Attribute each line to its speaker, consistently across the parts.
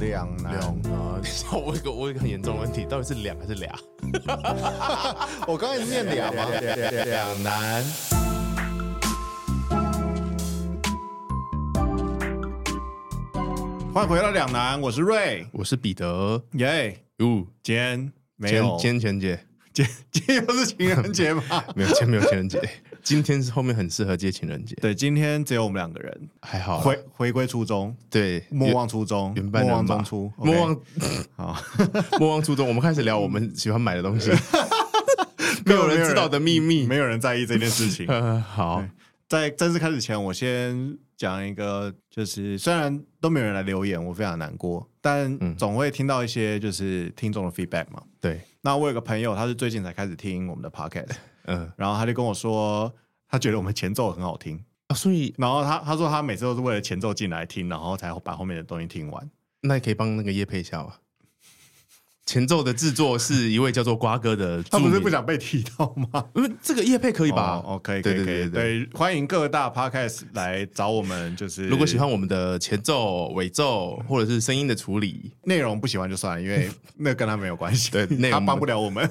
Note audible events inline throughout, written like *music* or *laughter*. Speaker 1: 两难。
Speaker 2: 两啊！
Speaker 1: *laughs*
Speaker 2: 等一下，我有一个我有一个很严重的问题，到底是两还是俩？
Speaker 1: 我刚才是念两吗？
Speaker 2: 两难。
Speaker 1: 欢迎回到两难，我是瑞，
Speaker 2: 我是彼得。
Speaker 1: 耶、
Speaker 2: 呜，
Speaker 1: 今天没
Speaker 2: 今
Speaker 1: 有，
Speaker 2: 天情人节
Speaker 1: 今天 *laughs* 今天又是情人节吗？
Speaker 2: 没有，今天没有情人节。 *laughs* 今天是后面很适合接情人节，
Speaker 1: *laughs* 对，今天只有我们两个人，
Speaker 2: 还好啦。
Speaker 1: 回回归初衷，
Speaker 2: 对
Speaker 1: 莫忘初衷，
Speaker 2: 原原班
Speaker 1: 莫
Speaker 2: 人
Speaker 1: 忘
Speaker 2: 马
Speaker 1: 中初，
Speaker 2: 莫
Speaker 1: OK
Speaker 2: 忘
Speaker 1: *laughs* 好，
Speaker 2: *laughs* 莫忘初衷。我们开始聊我们喜欢买的
Speaker 1: *laughs*
Speaker 2: 东西，没
Speaker 1: 根本没
Speaker 2: 有
Speaker 1: 有
Speaker 2: 人
Speaker 1: 人
Speaker 2: 知道的秘密。
Speaker 1: 没有人在意这件事 *laughs* 情。
Speaker 2: 呃， *laughs* 好
Speaker 1: 对，在正式开始前，我先讲一个，就是虽然都没有人来留言，我非常难过，但
Speaker 2: 嗯
Speaker 1: 总会听到一些就是听众的 feedback 嘛。
Speaker 2: 对，
Speaker 1: 那我有个朋友，他是最近才开始听我们的 podcast，
Speaker 2: 嗯，
Speaker 1: 然后他就跟我说，他觉得我们前奏很好听，
Speaker 2: 啊，所以
Speaker 1: 然后他他说他每次都是为了前奏进来听，然后才把后面的东西听完。
Speaker 2: 那你可以帮那个叶配一下吗？前奏的制作是一位叫做瓜哥的，
Speaker 1: 他不是不，想被提到
Speaker 2: *laughs*
Speaker 1: 吗？
Speaker 2: 嗯，这个叶配可以吧？
Speaker 1: 哦，哦可以，可
Speaker 2: 对
Speaker 1: 以，
Speaker 2: 对
Speaker 1: 可以，
Speaker 2: 对对
Speaker 1: 对，欢迎各大 podcast 来找我们，就是
Speaker 2: 如果喜欢我们的前奏、尾奏或者是声音的处理，
Speaker 1: 内容不喜欢就算了，因
Speaker 2: *laughs*
Speaker 1: 为那跟他没有关系，
Speaker 2: 对内
Speaker 1: 他
Speaker 2: 容
Speaker 1: 帮不了我
Speaker 2: *laughs*
Speaker 1: 们。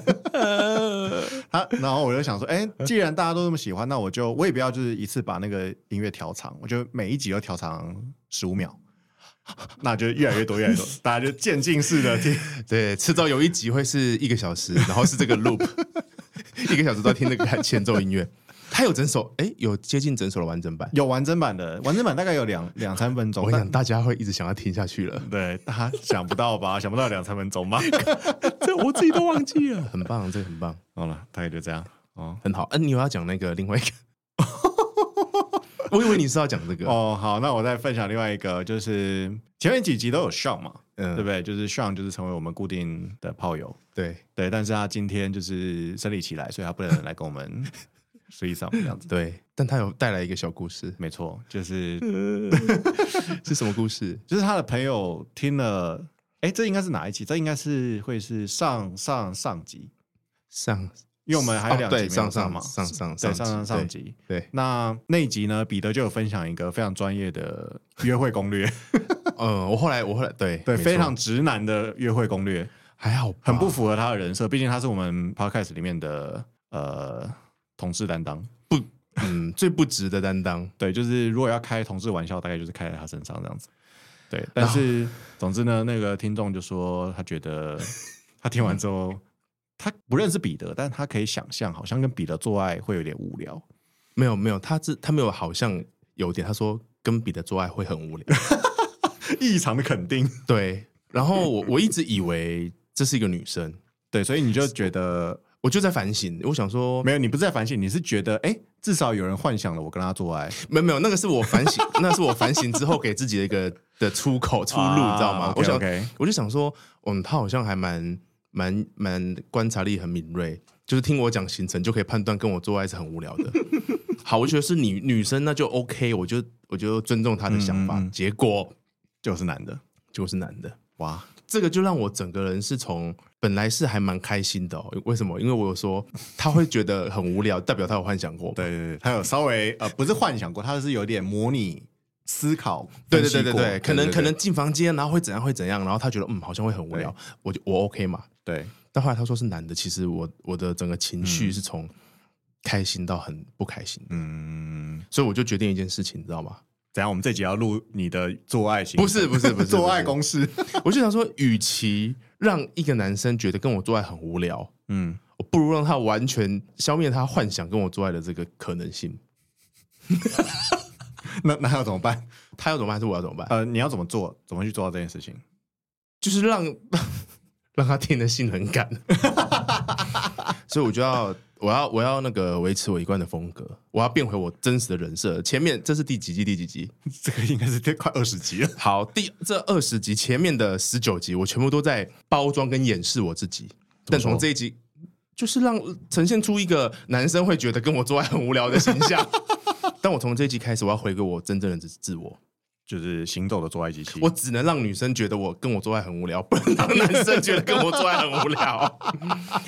Speaker 1: 他然后我就想说，哎、既然大家都这么喜欢，那我就我也不要就是一次把那个音乐调长，我就每一集都调长十五秒， *laughs* 那就越来越多，越来越
Speaker 2: *laughs*
Speaker 1: 多，大家就渐进式的听。
Speaker 2: 对，迟早有一集会是一个小时，然后是
Speaker 1: *laughs*
Speaker 2: 这个 loop，一个小时都在听那个前奏音乐。它有整首，哎，有接近整首的完整版。
Speaker 1: 有完整版的，完整版大概有两两三分
Speaker 2: 我
Speaker 1: 钟
Speaker 2: 跟你，讲，
Speaker 1: 但
Speaker 2: 大家会一直想要听下去了。
Speaker 1: 对，大家想不到吧？想 *laughs* 不到两三分钟
Speaker 2: *laughs*
Speaker 1: 吗？
Speaker 2: 这我自己都忘记了， *laughs* 很棒，这个很棒，
Speaker 1: 好了，大概就这样。哦
Speaker 2: 很好。嗯、你有要讲那个另外一个？ *laughs* 我以为你是要讲这个，
Speaker 1: 哦，好，那我再分享另外一个，就是前面几集都有 Sean 嘛，
Speaker 2: 嗯，
Speaker 1: 对不对？就是 Sean 就是成为我们固定的炮友，
Speaker 2: 对
Speaker 1: 对，但是他今天就是生理期来，所以他不能来跟我
Speaker 2: *laughs*
Speaker 1: 们睡上这样子。
Speaker 2: 对，但他有带来一个小故事，
Speaker 1: 没错，
Speaker 2: *laughs*
Speaker 1: 就是
Speaker 2: 是什么故事？
Speaker 1: 就是他的朋友听了，哎，这应该是哪一集？这应该是会是上上上集，
Speaker 2: 上
Speaker 1: 因为我们还有
Speaker 2: 哦
Speaker 1: 两集
Speaker 2: 对
Speaker 1: 没有
Speaker 2: 上上
Speaker 1: 嘛，
Speaker 2: 上上
Speaker 1: 对上上上
Speaker 2: 集
Speaker 1: 集。
Speaker 2: 对，
Speaker 1: 那那一集呢，彼得就有分享一个非常专业的约会攻略， *laughs*
Speaker 2: 嗯，我后来我后来对
Speaker 1: 对，
Speaker 2: 没错
Speaker 1: 非
Speaker 2: 啊
Speaker 1: 常直男的约会攻略，
Speaker 2: 还好吧，
Speaker 1: 很不符合他的人设，毕竟他是我们 podcast 里面的呃同志担当。
Speaker 2: 嗯最不值的担 *laughs* 当。
Speaker 1: 对，就是如果要开同志玩笑，大概就是开在他身上这样子。对，
Speaker 2: 哦
Speaker 1: 但是总之呢，那个听众就说他觉
Speaker 2: *laughs*
Speaker 1: 得他听完之后，他不认识彼得，但他可以想象，好像跟彼得做爱会有点无聊。
Speaker 2: 没有没有，他这他没有好像有点，他说跟彼得做爱会很无 *laughs* 聊。
Speaker 1: 异常的肯定，
Speaker 2: 对，然后我我一直以为这是一个女生，
Speaker 1: 对，所以你就觉得
Speaker 2: 我就在反省，我想说
Speaker 1: 没有，你不是在反省，你是觉得哎，至少有人幻想了我跟他做爱，
Speaker 2: 没有没有，那个是我反 *laughs* 省，那是我反省之后给自己的一个的出口出路，
Speaker 1: 啊
Speaker 2: 你知道吗？我想
Speaker 1: o k
Speaker 2: 我就想说，嗯，他好像还蛮蛮蛮观察力很敏锐，就是听我讲行程就可以判断跟我做爱是很无聊
Speaker 1: *laughs*
Speaker 2: 的。好，我觉得是女女生那就 OK，我就我就尊重她的想法。
Speaker 1: 嗯嗯嗯
Speaker 2: 结果
Speaker 1: 就是男的，
Speaker 2: 就是男的，
Speaker 1: 哇，
Speaker 2: 这个就让我整个人是从本来是还蛮开心的、哦，为什么？因为我有说他会觉得很无聊，代表他有幻想过。
Speaker 1: 对对对，他有稍微呃，不是幻想过，他是有点模拟思考，
Speaker 2: 对
Speaker 1: 分
Speaker 2: 对
Speaker 1: 析
Speaker 2: 对对
Speaker 1: 过
Speaker 2: 对，可能
Speaker 1: 对
Speaker 2: 可能进房间，然后会怎样会怎样，然后他觉得嗯好像会很无聊，我就我 OK 嘛。
Speaker 1: 对，
Speaker 2: 但后来他说是男的，其实我我的整个情绪是从开心到很不开心，
Speaker 1: 嗯，
Speaker 2: 所以我就决定一件事情，你知道吗？
Speaker 1: 怎样？我们这集要录你的做爱型，
Speaker 2: *laughs* 不是不是不
Speaker 1: *laughs*
Speaker 2: 是
Speaker 1: 做爱公式， *laughs*
Speaker 2: 我就想说，与其让一个男生觉得跟我做爱很无聊，
Speaker 1: 嗯，
Speaker 2: 我不如让他完全消灭他幻想跟我做爱的这个可能性。
Speaker 1: 那那要怎么办？
Speaker 2: 他要怎么办还是我要怎么办？
Speaker 1: 呃，你要怎么做？怎么去做到这件事情？
Speaker 2: 就是让 *laughs* 让他听得性很感， *laughs* 所以我就要我要我要那个维持我一贯的风格，我要变回我真实的人设。前面这是第几集？第几集？
Speaker 1: *laughs* 这个应该是快二十集了，
Speaker 2: 好，第这二十集前面的十九集，我全部都在包装跟掩饰我自己。但从这一集，就是让呃呈现出一个男生会觉得跟我做爱很无聊的形
Speaker 1: *laughs*
Speaker 2: 象。但我从这一集开始，我要回归我真正的自自我，
Speaker 1: 就是行走的做爱机器。
Speaker 2: 我只能让女生觉得我跟我做爱很无聊，不能让男生觉得跟我做爱很无
Speaker 1: *laughs*
Speaker 2: 聊。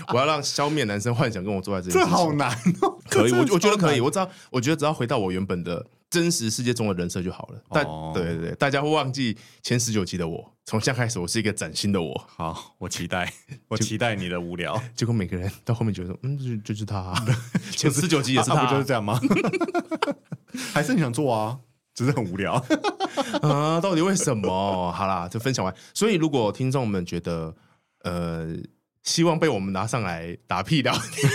Speaker 2: 我要让消灭男生幻想跟我做爱这件
Speaker 1: 这
Speaker 2: 事情。
Speaker 1: 好难哦，
Speaker 2: 可以，
Speaker 1: 这真的
Speaker 2: 我我觉得
Speaker 1: 超难
Speaker 2: 可以。我只要我觉得只要回到我原本的真实世界中的人设就好了。但、
Speaker 1: 哦
Speaker 2: 对对对，大家会忘记前十九集的我，从现在开始我是一个崭新的我。
Speaker 1: 好，我期待，我期待你的无 *laughs* 聊。
Speaker 2: *laughs* 结果每个人到后面觉得说，嗯，就就是他啊、 *laughs* 前十九集也是他
Speaker 1: 啊啊不就
Speaker 2: *laughs* 啊
Speaker 1: 是这样吗？ *laughs* 还是你想做啊？只是很无聊。
Speaker 2: 啊，到底为什么？ *laughs* 好啦，就分享完。所以如果听众们觉得，呃，希望被我们拿上来打屁聊 *laughs* 天，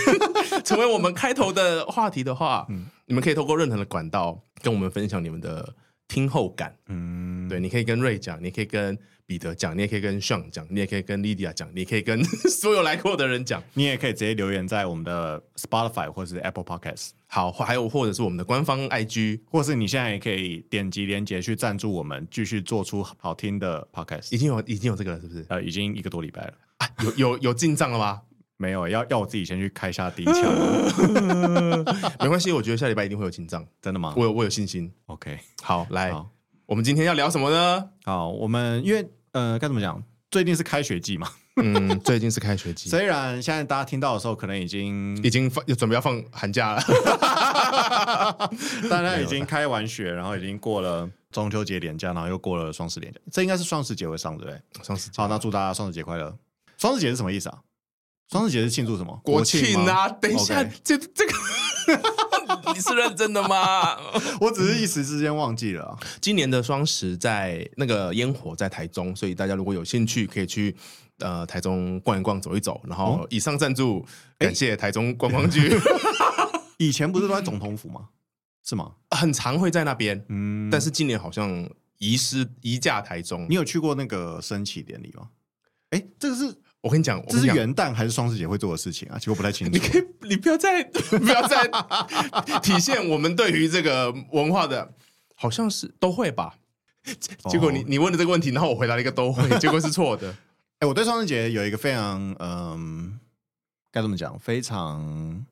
Speaker 2: 成为我们开头的话题的话，你们可以透过任何的管道跟我们分享你们的听后感。
Speaker 1: 嗯，
Speaker 2: 对，你可以跟瑞讲，你可以跟彼得讲，你也可以跟上讲，你也可以跟莉迪亚讲，你也可以跟 *laughs* 所有来过的人讲。
Speaker 1: 你也可以直接留言在我们的 Spotify 或是 Apple Podcast，
Speaker 2: 好，或还有或者是我们的官方 IG
Speaker 1: 或是你现在也可以点击连接去赞助我们，继续做出好听的 Podcast。
Speaker 2: 已经有已经有这个了，是不是？
Speaker 1: 呃，已经一个多礼拜了，
Speaker 2: 啊、有有有进账了吗？ *laughs*
Speaker 1: 没有要要我自己先去开一下第一枪，
Speaker 2: 没关系，我觉得下礼拜一定会有进账，
Speaker 1: *laughs* 真的吗
Speaker 2: 我有我有哎信心。
Speaker 1: ？OK，
Speaker 2: 好，来，
Speaker 1: 好
Speaker 2: 我们今天要聊什么 *laughs* 呢？
Speaker 1: 好，我们因为呃该怎么讲，最近是开学季嘛，
Speaker 2: 嗯，最近是开学季，
Speaker 1: 虽然现在大家听到的时候可能已经
Speaker 2: 已经放准备要放寒假了。
Speaker 1: 大家已经开完学，然后已经过了中秋节连假，然后又过了双十连假，这应该是双十节会上对不对？
Speaker 2: *laughs* 上次
Speaker 1: 好，那祝大家双十节快乐。双十节是什么意思啊？双十节是庆祝什么？
Speaker 2: 国庆
Speaker 1: 吗
Speaker 2: 啊，等一下
Speaker 1: OK
Speaker 2: 这这个 *laughs* 你是认真的 *laughs* 吗？
Speaker 1: 我只是一时之间忘记了啊。
Speaker 2: 今年的双十在那个烟火在台中，所以大家如果有兴趣，可以去呃台中逛一逛、走一走。然后以上赞助，感谢台中观光局，
Speaker 1: 以前不是都在总统府吗？是吗？
Speaker 2: 哎 *laughs* 很常会在那边，
Speaker 1: 嗯，
Speaker 2: 但是今年好像移师移驾台中
Speaker 1: 你。有去过那个升旗典礼吗？哎，这个是
Speaker 2: 我跟你讲，我
Speaker 1: 这
Speaker 2: 跟你
Speaker 1: 是
Speaker 2: 讲。
Speaker 1: 元旦还是双十节会做的事情啊？其实我不太清
Speaker 2: *laughs* 你
Speaker 1: 楚。
Speaker 2: 可以，你不要 *laughs* 再不要再体现我们对于这个文化的，好像是都会吧。结果你
Speaker 1: 哦
Speaker 2: 你问的这个问题，然后我回答了一个都 *laughs* 会，结果是错的。
Speaker 1: 哎，我对双十节有一个非常嗯，该怎么讲？非常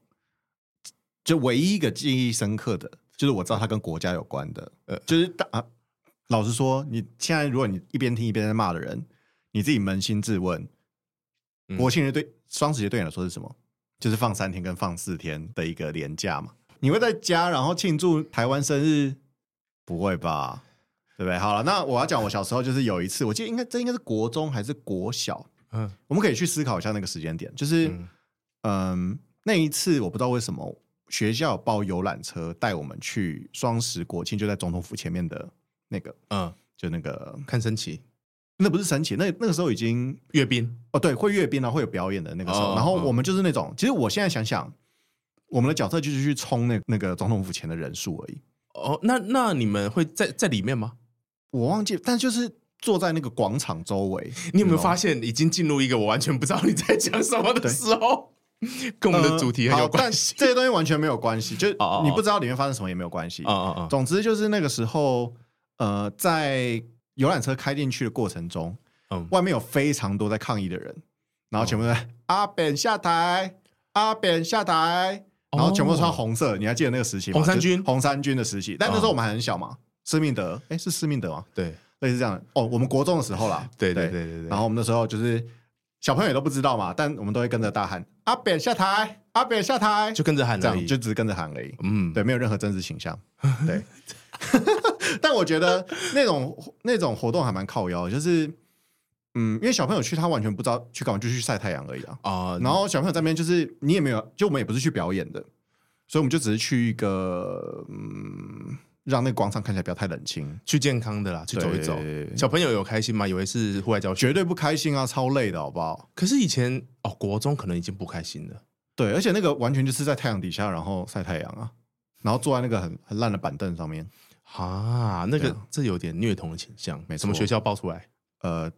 Speaker 1: 就唯一一个记忆深刻的，就是我知道它跟国家有关的，呃，就是大、啊老实说，你现在如果你一边听一边在骂的人，你自己扪心自问，
Speaker 2: 嗯
Speaker 1: 国庆日对双十节对你来说是什么？就是放三天跟放四天的一个连假嘛？你会在家然后庆祝台湾生日？不会吧？对不对？好了，那我要讲我小时候就是有一次，我记得应该这应该是国中还是国小，
Speaker 2: 嗯
Speaker 1: 我们可以去思考一下那个时间点，就是嗯
Speaker 2: 嗯
Speaker 1: 那一次我不知道为什么学校有包游览车带我们去双十国庆，就在总统府前面的那个，
Speaker 2: 嗯，
Speaker 1: 就那个
Speaker 2: 看升旗，
Speaker 1: 那不是神奇，那那个时候已经
Speaker 2: 阅兵，
Speaker 1: 哦对，会阅兵啊，会有表演的那个时候，
Speaker 2: 哦
Speaker 1: 然后
Speaker 2: 哦
Speaker 1: 我们就是那种，其实我现在想想，我们的角色就是去冲那那个总统府前的人数而已，
Speaker 2: 哦，那那你们会在在里面吗？
Speaker 1: 我忘记，但就是坐在那个广场周围，
Speaker 2: 你有没
Speaker 1: 嗯
Speaker 2: 有发现已经进入一个我完全不知道你在讲什么的时候，跟我们的主题很
Speaker 1: 呃
Speaker 2: 有
Speaker 1: 好
Speaker 2: 关
Speaker 1: 但
Speaker 2: 系。
Speaker 1: *laughs* 这些东西完全没有关系，就是
Speaker 2: 哦哦哦
Speaker 1: 你不知道里面发生什么也没有关系
Speaker 2: 啊啊啊！
Speaker 1: 总之就是那个时候，呃，在游览车开进去的过程中，
Speaker 2: 嗯哦
Speaker 1: 外面有非常多在抗议的人，然后全部在、阿扁下台，阿扁下台，然后全部都穿红色，你还记得那个时期吗？
Speaker 2: 哦红衫军嗯
Speaker 1: 就是红衫军的时期，但那时候我们还很小嘛。施密德，哎、是施密德吗？
Speaker 2: 对
Speaker 1: 类似这样的哦，我们国中的时候啦，
Speaker 2: 对对对对对
Speaker 1: 然后我们那时候就是小朋友也都不知道嘛，但我们都会跟着大喊“阿扁下台，阿扁下台”，
Speaker 2: 就跟着喊而已
Speaker 1: 这样，就只是跟着喊而已。
Speaker 2: 嗯，
Speaker 1: 对，没有任何政治倾向。
Speaker 2: *laughs*
Speaker 1: 对， *laughs* 但我觉得那种那种活动还蛮靠腰的，就是嗯，因为小朋友去他完全不知道去干嘛，就去晒太阳而已啊。
Speaker 2: 啊，
Speaker 1: 然后小朋友在那边就是你也没有，就我们也不是去表演的，所以我们就只是去一个嗯，让那个广场看起来不要太冷清，
Speaker 2: 去健康的啦，去走一走
Speaker 1: 对。
Speaker 2: 小朋友有开心吗？以为是户外教学，
Speaker 1: 绝对不开心啊，超累的好不好？
Speaker 2: 可是以前哦，国中可能已经不开心了。
Speaker 1: 对，而且那个完全就是在太阳底下，然后晒太阳啊，然后坐在那个很很烂的板凳上面，
Speaker 2: 啊，那
Speaker 1: 对
Speaker 2: 个这有点虐童的倾向，
Speaker 1: 没错
Speaker 2: 什么学校爆出来？
Speaker 1: 呃，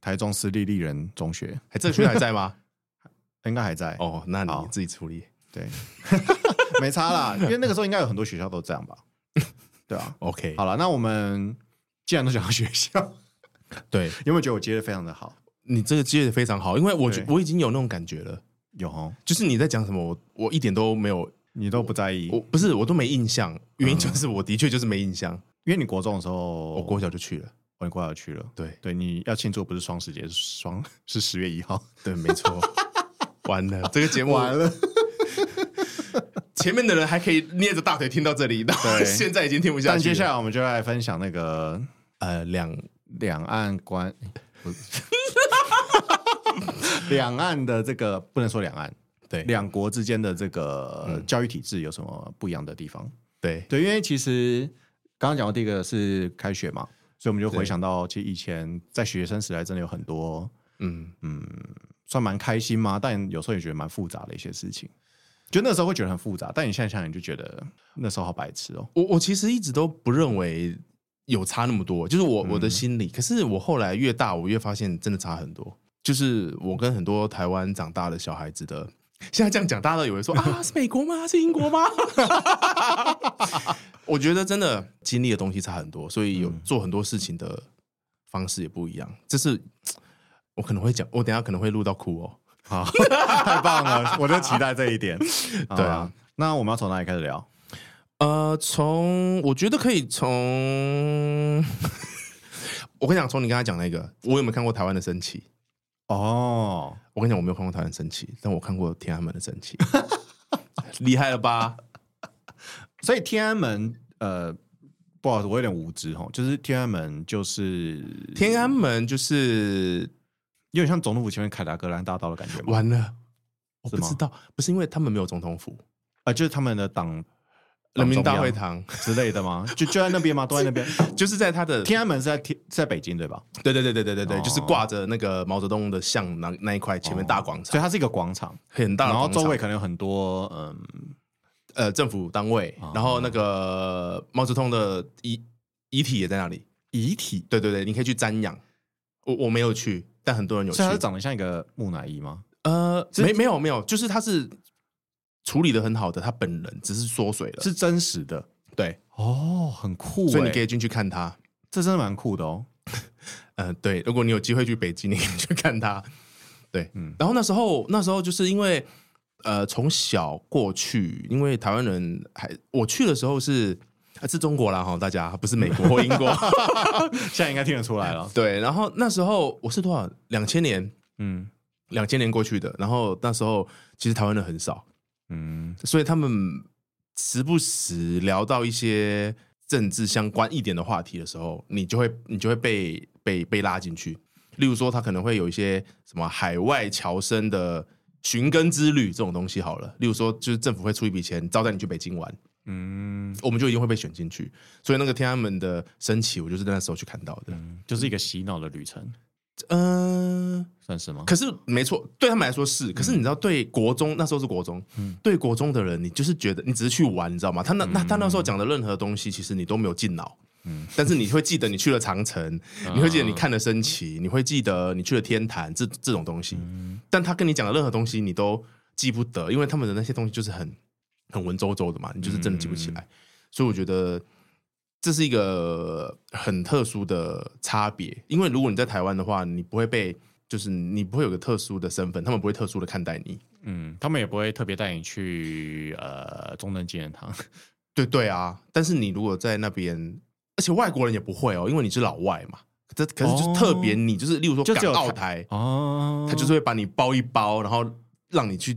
Speaker 1: 台中私立丽人中学
Speaker 2: 哎，这个学校还
Speaker 1: *laughs*
Speaker 2: 在吗？
Speaker 1: 应该还在
Speaker 2: 哦，那你
Speaker 1: 好
Speaker 2: 自己处理。
Speaker 1: 对，没差啦，因为那个时候应该有很多学校都这样吧？对啊。
Speaker 2: OK，
Speaker 1: 好了，那我们既然都讲到学校， *laughs*
Speaker 2: 对
Speaker 1: 有没有觉得我接的非常的好？
Speaker 2: 你这个接的非常好，因为我觉
Speaker 1: 对
Speaker 2: 我已经有那种感觉了，
Speaker 1: 有哦，
Speaker 2: 就是你在讲什么，我我一点都没有，
Speaker 1: 你都不在意，
Speaker 2: 我不是我都没印象，原因就是我的确就是没印象。
Speaker 1: 因为你国中的时候，
Speaker 2: 我国小就去了，
Speaker 1: 哦你国小去了，
Speaker 2: 对
Speaker 1: 对，你要庆祝不是双十节，是双是十月一号，
Speaker 2: 对，没错。完了，这个节目
Speaker 1: 完了，
Speaker 2: 前面的人还可以捏着大腿听到这里，到
Speaker 1: 对
Speaker 2: 现在已经听不下去
Speaker 1: 但
Speaker 2: 了。
Speaker 1: 接下来我们就来分享那个
Speaker 2: 呃两
Speaker 1: 两岸关， *laughs* 不是两岸的这个不能说两岸，
Speaker 2: 对
Speaker 1: 两国之间的这个教育体制有什么不一样的地方？
Speaker 2: 对
Speaker 1: 嗯对，因为其实刚刚讲到第一个是开学嘛，所以我们就回想到，其实以前在学生时代真的有很多
Speaker 2: 嗯
Speaker 1: 算蛮开心嘛，但有时候也觉得蛮复杂的一些事情。就那时候会觉得很复杂，但你现在想想，你就觉得那时候好白痴哦、
Speaker 2: 我我其实一直都不认为有差那么多，就是我我的心理。可是我后来越大，我越发现真的差很多。就是我跟很多台湾长大的小孩子的，现在这样讲，大家都以为说啊是美国吗？是英国吗？ *laughs* 我觉得真的经历的东西差很多，所以有做很多事情的方式也不一样。这是我可能会讲，我等一下可能会录到哭哦。
Speaker 1: *laughs* 好，太棒了，我就期待这一 *laughs* 点。
Speaker 2: 对
Speaker 1: 好
Speaker 2: 啊
Speaker 1: 啦，那我们要从哪里开始聊？
Speaker 2: 呃，从我觉得可以从，我跟你讲，从你刚才讲那个，我有没有看过台湾的升旗？
Speaker 1: 哦，
Speaker 2: 我跟你讲，我没有看过台湾升旗，但我看过天安门的升
Speaker 1: *laughs*
Speaker 2: 旗，厉害了吧？
Speaker 1: 所以天安门，呃，不好意思，我有点无知哈，就是天安门就是
Speaker 2: 天安门就是
Speaker 1: 有点像总统府前面凯达格兰大道的感觉嘛，啊、
Speaker 2: 完了，我
Speaker 1: 是
Speaker 2: 不
Speaker 1: 吗
Speaker 2: 知道，不是因为他们没有总统府、
Speaker 1: 呃就是他们的党
Speaker 2: 人民
Speaker 1: 党
Speaker 2: 大
Speaker 1: 中
Speaker 2: 会
Speaker 1: 央
Speaker 2: 堂，
Speaker 1: 之类的吗？就就在那边吗？都在那边。
Speaker 2: *laughs* 就是在他的
Speaker 1: 天安门是在天是在北京对吧？
Speaker 2: 对对对对对对对，
Speaker 1: 哦
Speaker 2: 就是挂着那个毛泽东的像那那一块前面大广
Speaker 1: 哦所以
Speaker 2: 场，
Speaker 1: 它是一个广场，
Speaker 2: 很大的
Speaker 1: 然后
Speaker 2: 广场
Speaker 1: 周围可能有很多嗯，
Speaker 2: 呃政府单位，
Speaker 1: 哦
Speaker 2: 然后那个毛泽东的遗遗体也在那里。
Speaker 1: 遗体，
Speaker 2: 对对对，你可以去瞻仰。我我没有去，但很多人有去
Speaker 1: 所以。它是长得像一个木乃伊吗？
Speaker 2: 呃，没没有没有，就是他是处理的很好的，他本人只是缩水了。
Speaker 1: 是真实的
Speaker 2: 对，
Speaker 1: 哦，很酷、欸，
Speaker 2: 所以你可以进去看他。
Speaker 1: 这真的蛮酷的
Speaker 2: *laughs*
Speaker 1: 哦。
Speaker 2: 呃，对，如果你有机会去北京，你可以去看他。对，
Speaker 1: 嗯
Speaker 2: 然后那时候那时候就是因为呃，从小过去，因为台湾人还我去的时候是。啊是中国啦哈，大家不是美国或英
Speaker 1: *laughs*
Speaker 2: 国。
Speaker 1: 现在应该听得出来了，
Speaker 2: 对，然后那时候我是多少？两千年，
Speaker 1: 嗯
Speaker 2: 两千年过去的。然后那时候其实台湾人很少，
Speaker 1: 嗯，
Speaker 2: 所以他们时不时聊到一些政治相关一点的话题的时候，你就会你就会被被被拉进去。例如说，他可能会有一些什么海外侨生的寻根之旅这种东西好了。例如说，就是政府会出一笔钱招待你去北京玩，
Speaker 1: 嗯，
Speaker 2: 我们就一定会被选进去。所以那个天安门的升旗，我就是在那时候去看到的。
Speaker 1: 嗯就是一个洗脑的旅程，
Speaker 2: 嗯、
Speaker 1: 算是吗？
Speaker 2: 可是没错，对他们来说是。可是你知道，对国中那时候是国中，对国中的人，你就是觉得你只是去玩，你知道吗？他那那他那时候讲的任何东西，其实你都没有进脑。但是你会记得你去了长城，你
Speaker 1: 啊
Speaker 2: 会记得你看了升旗，你会记得你去了天坛这这种东西。
Speaker 1: 嗯
Speaker 2: 但他跟你讲的任何东西，你都记不得，因为他们的那些东西就是很很文绉绉的嘛，你就是真的记不起来。
Speaker 1: 嗯
Speaker 2: 所以我觉得这是一个很特殊的差别，因为如果你在台湾的话，你不会被就是你不会有个特殊的身份，他们不会特殊的看待你。
Speaker 1: 嗯，他们也不会特别带你去呃中正纪念堂，
Speaker 2: 对对啊，但是你如果在那边，而且外国人也不会哦，因为你是老外嘛。这可是就
Speaker 1: 哦
Speaker 2: 是特别你，就是例如说
Speaker 1: 就只
Speaker 2: 港
Speaker 1: 有
Speaker 2: 澳
Speaker 1: 台
Speaker 2: 台，
Speaker 1: 哦
Speaker 2: 他就是会把你包一包，然后让你去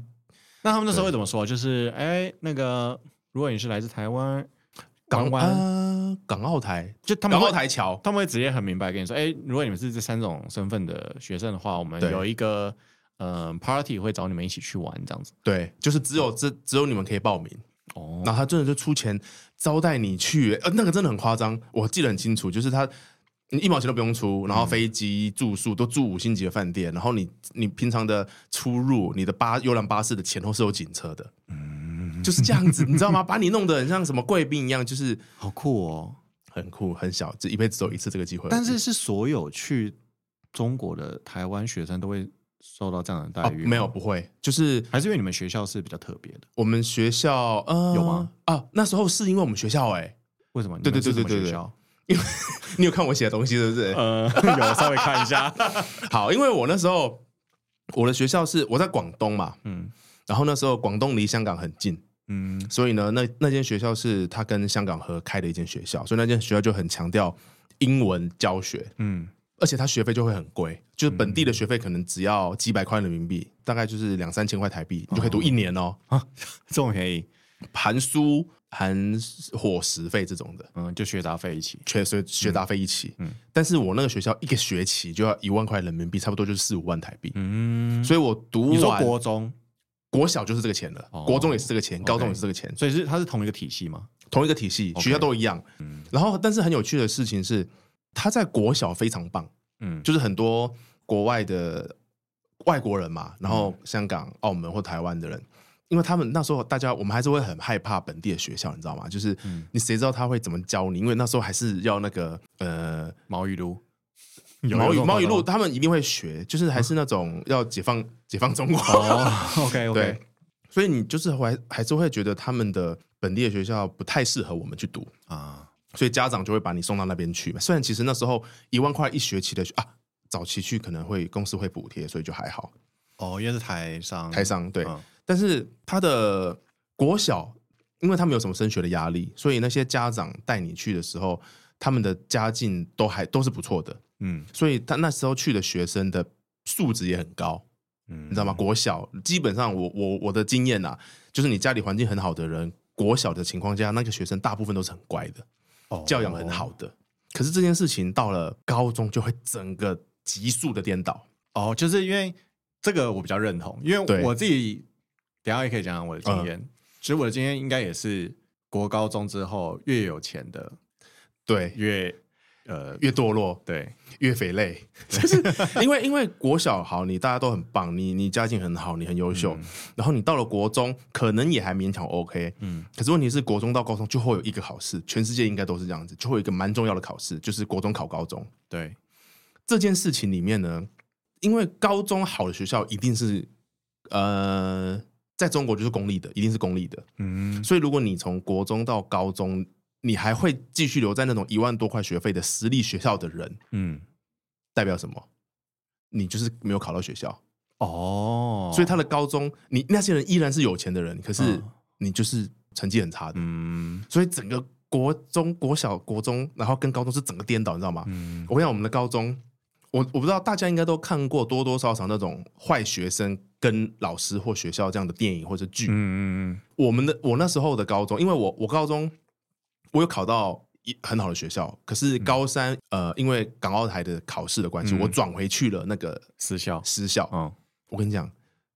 Speaker 1: 那他们那时候会怎么说？就是哎，那个如果你是来自台湾，湾
Speaker 2: 港
Speaker 1: 湾，
Speaker 2: 啊港澳台，
Speaker 1: 就他们
Speaker 2: 港
Speaker 1: 会
Speaker 2: 澳台桥，
Speaker 1: 他们会直接很明白跟你说，哎，如果你们是这三种身份的学生的话，我们
Speaker 2: 对
Speaker 1: 有一个嗯 party 会找你们一起去玩这样子。
Speaker 2: 对，就是只有这只有你们可以报名，
Speaker 1: 哦，
Speaker 2: 然后他真的就出钱招待你去，呃，那个真的很夸张，我记得很清楚，就是他你一毛钱都不用出，然后飞机、住宿都住五星级的饭店，然后你你平常的出入，你的巴游览巴士的前后是有警车的，就是这样子，你知道吗？把你弄得很像什么贵宾一样，就是
Speaker 1: 好酷哦！
Speaker 2: 很酷很小，这一辈子只有一次这个机会而已，
Speaker 1: 但是是所有去中国的台湾学生都会受到这样的
Speaker 2: 啊、
Speaker 1: 待遇、
Speaker 2: 没有，不会，就是
Speaker 1: 还是因为你们学校是比较特别的？
Speaker 2: 我们学校，呃，
Speaker 1: 有吗？
Speaker 2: 啊，那时候是因为我们学校、哎，
Speaker 1: 为什么？
Speaker 2: 对对
Speaker 1: 你们是
Speaker 2: 对
Speaker 1: 什么
Speaker 2: 对对
Speaker 1: 学
Speaker 2: 对
Speaker 1: 校
Speaker 2: 你有看我写的东西，对不对？
Speaker 1: 呃，有稍微看一下，
Speaker 2: 好，因为我那时候我的学校是我在广东嘛，
Speaker 1: *laughs* 嗯
Speaker 2: 然后那时候广东离香港很近，
Speaker 1: 嗯
Speaker 2: 所以呢，那那间学校是他跟香港合开的一间学校，所以那间学校就很强调英文教学，
Speaker 1: 嗯，
Speaker 2: 而且他学费就会很贵，就是本地的学费可能只要几百块人民币，大概就是两三千块台币，你就可以读一年哦。
Speaker 1: 这么便宜，
Speaker 2: 含书、含伙食费这种的，
Speaker 1: 嗯，就学杂费一起，
Speaker 2: 全学学杂费一起。
Speaker 1: 嗯
Speaker 2: 但是我那个学校一个学期就要一万块人民币，差不多就是四五万台币。
Speaker 1: 嗯，
Speaker 2: 所以我读
Speaker 1: 你说
Speaker 2: 完
Speaker 1: 国中，
Speaker 2: 国小就是这个钱了，
Speaker 1: 哦
Speaker 2: 国中也是这个钱，
Speaker 1: OK
Speaker 2: 高中也是这个钱，
Speaker 1: 所以是它是同一个体系吗？
Speaker 2: 同一个体系，
Speaker 1: OK
Speaker 2: 学校都一样。
Speaker 1: 嗯
Speaker 2: 然后，但是很有趣的事情是，他在国小非常棒，
Speaker 1: 嗯，
Speaker 2: 就是很多国外的外国人嘛，然后香港、澳门或台湾的
Speaker 1: 嗯
Speaker 2: 人，因为他们那时候大家我们还是会很害怕本地的学校，你知道吗？就是
Speaker 1: 嗯
Speaker 2: 你谁知道他会怎么教你？因为那时候还是要那个呃
Speaker 1: 毛雨露，
Speaker 2: 毛
Speaker 1: 有
Speaker 2: 语
Speaker 1: 有
Speaker 2: 毛语录，
Speaker 1: 有
Speaker 2: 他们一定会学，就是还是那种要解放 *laughs* 解放中国。
Speaker 1: *laughs* 哦，OK
Speaker 2: 对
Speaker 1: OK，，
Speaker 2: 所以你就是还还是会觉得他们的本地的学校不太适合我们去读，
Speaker 1: 啊，
Speaker 2: 所以家长就会把你送到那边去嘛。虽然其实那时候一万块一学期的啊，早期去可能会公司会补贴，所以就还好。
Speaker 1: 哦，因为是台商，
Speaker 2: 台商对，
Speaker 1: 嗯
Speaker 2: 但是他的国小，因为他没有什么升学的压力，所以那些家长带你去的时候，他们的家境都还都是不错的，
Speaker 1: 嗯
Speaker 2: 所以他那时候去的学生的素质也很高。
Speaker 1: 嗯，
Speaker 2: 你知道吗？？国小基本上我，我我的经验啊，就是你家里环境很好的人，国小的情况下，那个学生大部分都是很乖的，
Speaker 1: 哦
Speaker 2: 教养很好的。可是这件事情到了高中，就会整个急速的颠倒。
Speaker 1: 哦，就是因为这个我比较认同，因
Speaker 2: 对
Speaker 1: 为我自己等一下也可以讲讲我的经验。其实我的经验应该也是国高中之后越有钱的
Speaker 2: 对，
Speaker 1: 越呃
Speaker 2: 越堕落
Speaker 1: 对
Speaker 2: 越肥累，就是 *laughs* 因为因为国小好，你大家都很棒，你你家境很好，你很优秀，然后你到了国中，可能也还勉强 OK，
Speaker 1: 嗯
Speaker 2: 可是问题是国中到高中就会有一个考试，全世界应该都是这样子，就会有一个蛮重要的考试，就是国中考高中。
Speaker 1: 对
Speaker 2: 这件事情里面呢，因为高中好的学校一定是呃，在中国就是公立的，一定是公立的。
Speaker 1: 嗯
Speaker 2: 所以如果你从国中到高中，你还会继续留在那种一万多块学费的私立学校的人，
Speaker 1: 嗯
Speaker 2: 代表什么？你就是没有考到学校，
Speaker 1: 哦，
Speaker 2: 所以他的高中，你那些人依然是有钱的人，可是
Speaker 1: 嗯
Speaker 2: 你就是成绩很差的，
Speaker 1: 嗯
Speaker 2: 所以整个国中、国小、国中，然后跟高中是整个颠倒，你知道吗？
Speaker 1: 嗯
Speaker 2: 我跟你讲，我们的高中，我我不知道大家应该都看过多多少少那种坏学生跟老师或学校这样的电影或者剧。
Speaker 1: 嗯嗯
Speaker 2: 我们的我那时候的高中，因为我我高中我有考到一很好的学校，可是高三、呃，因为港澳台的考试的关系，
Speaker 1: 嗯
Speaker 2: 我转回去了那个
Speaker 1: 私校
Speaker 2: 私校。
Speaker 1: 嗯
Speaker 2: 我跟你讲，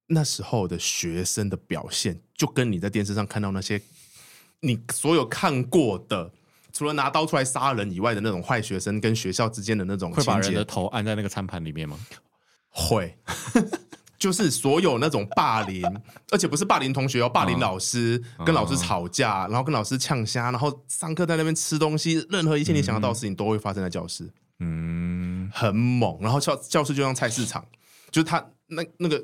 Speaker 2: 那时候的学生的表现，就跟你在电视上看到那些你所有看过的。除了拿刀出来杀人以外的那种坏学生，跟学校之间的那种
Speaker 1: 会把
Speaker 2: 情
Speaker 1: 人
Speaker 2: 节
Speaker 1: 的，头按在那个餐盘里面吗？
Speaker 2: 会， *laughs* 就是所有那种霸凌，而且不是霸凌同学哦，霸
Speaker 1: 嗯
Speaker 2: 凌老师，跟老师吵架，然后跟老师呛虾，然后上课在那边吃东西，任何一切你想得到的事情都会发生在教室，
Speaker 1: 嗯
Speaker 2: 很猛。然后教教室就像菜市场，就是他那那个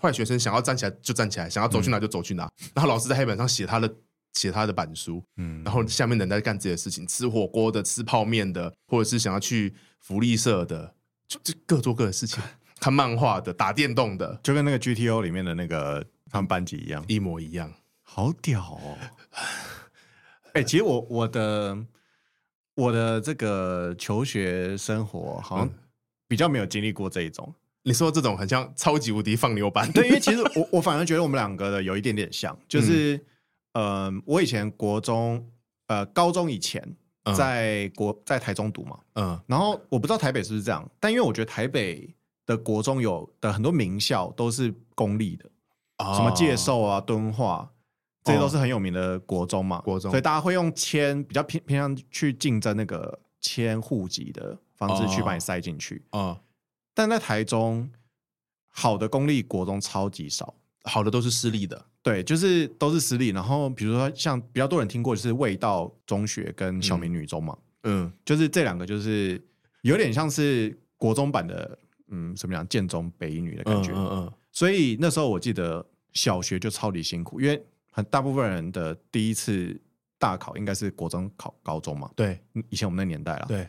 Speaker 2: 坏学生想要站起来就站起来，想要走去哪就走去哪，然后老师在黑板上写他的。写他的板书，
Speaker 1: 嗯
Speaker 2: 然后下面的人在干自己的事情，吃火锅的、吃泡面的，或者是想要去福利社的，就就各做各的事情，看漫画的、打电动的，
Speaker 1: 就跟那个 GTO 里面的那个他们班级一样，
Speaker 2: 一模一样。
Speaker 1: 好屌 *laughs* 哦！哎、其实我我的我的这个求学生活好像比较没有经历过这一种，
Speaker 2: 你说这种很像超级无敌放牛班，
Speaker 1: 对，因为其实我我反而觉得我们两个的有一点点像，就是、
Speaker 2: 嗯
Speaker 1: 呃，我以前国中呃高中以前
Speaker 2: 嗯
Speaker 1: 在国、在台中读嘛，
Speaker 2: 嗯
Speaker 1: 然后我不知道台北是不是这样，但因为我觉得台北的国中有的很多名校都是公立的，
Speaker 2: 哦
Speaker 1: 什么介寿啊、敦化，这些都是很有名的国中嘛，
Speaker 2: 哦国中
Speaker 1: 所以大家会用签比较偏偏向去竞争那个签户籍的方式去
Speaker 2: 哦
Speaker 1: 把你塞进去。
Speaker 2: 啊、
Speaker 1: 但在台中，好的公立国中超级少，
Speaker 2: 好的都是私立的，
Speaker 1: 对，就是都是私立。然后比如说像比较多人听过就是味道中学跟小明女中嘛，
Speaker 2: 嗯
Speaker 1: 就是这两个就是有点像是国中版的，嗯，怎么讲，建中北一女的感觉。
Speaker 2: 嗯嗯
Speaker 1: 所以那时候我记得小学就超级辛苦，因为很大部分人的第一次大考应该是国中考高中嘛，
Speaker 2: 对
Speaker 1: 嗯以前我们那年代啦。。
Speaker 2: 对，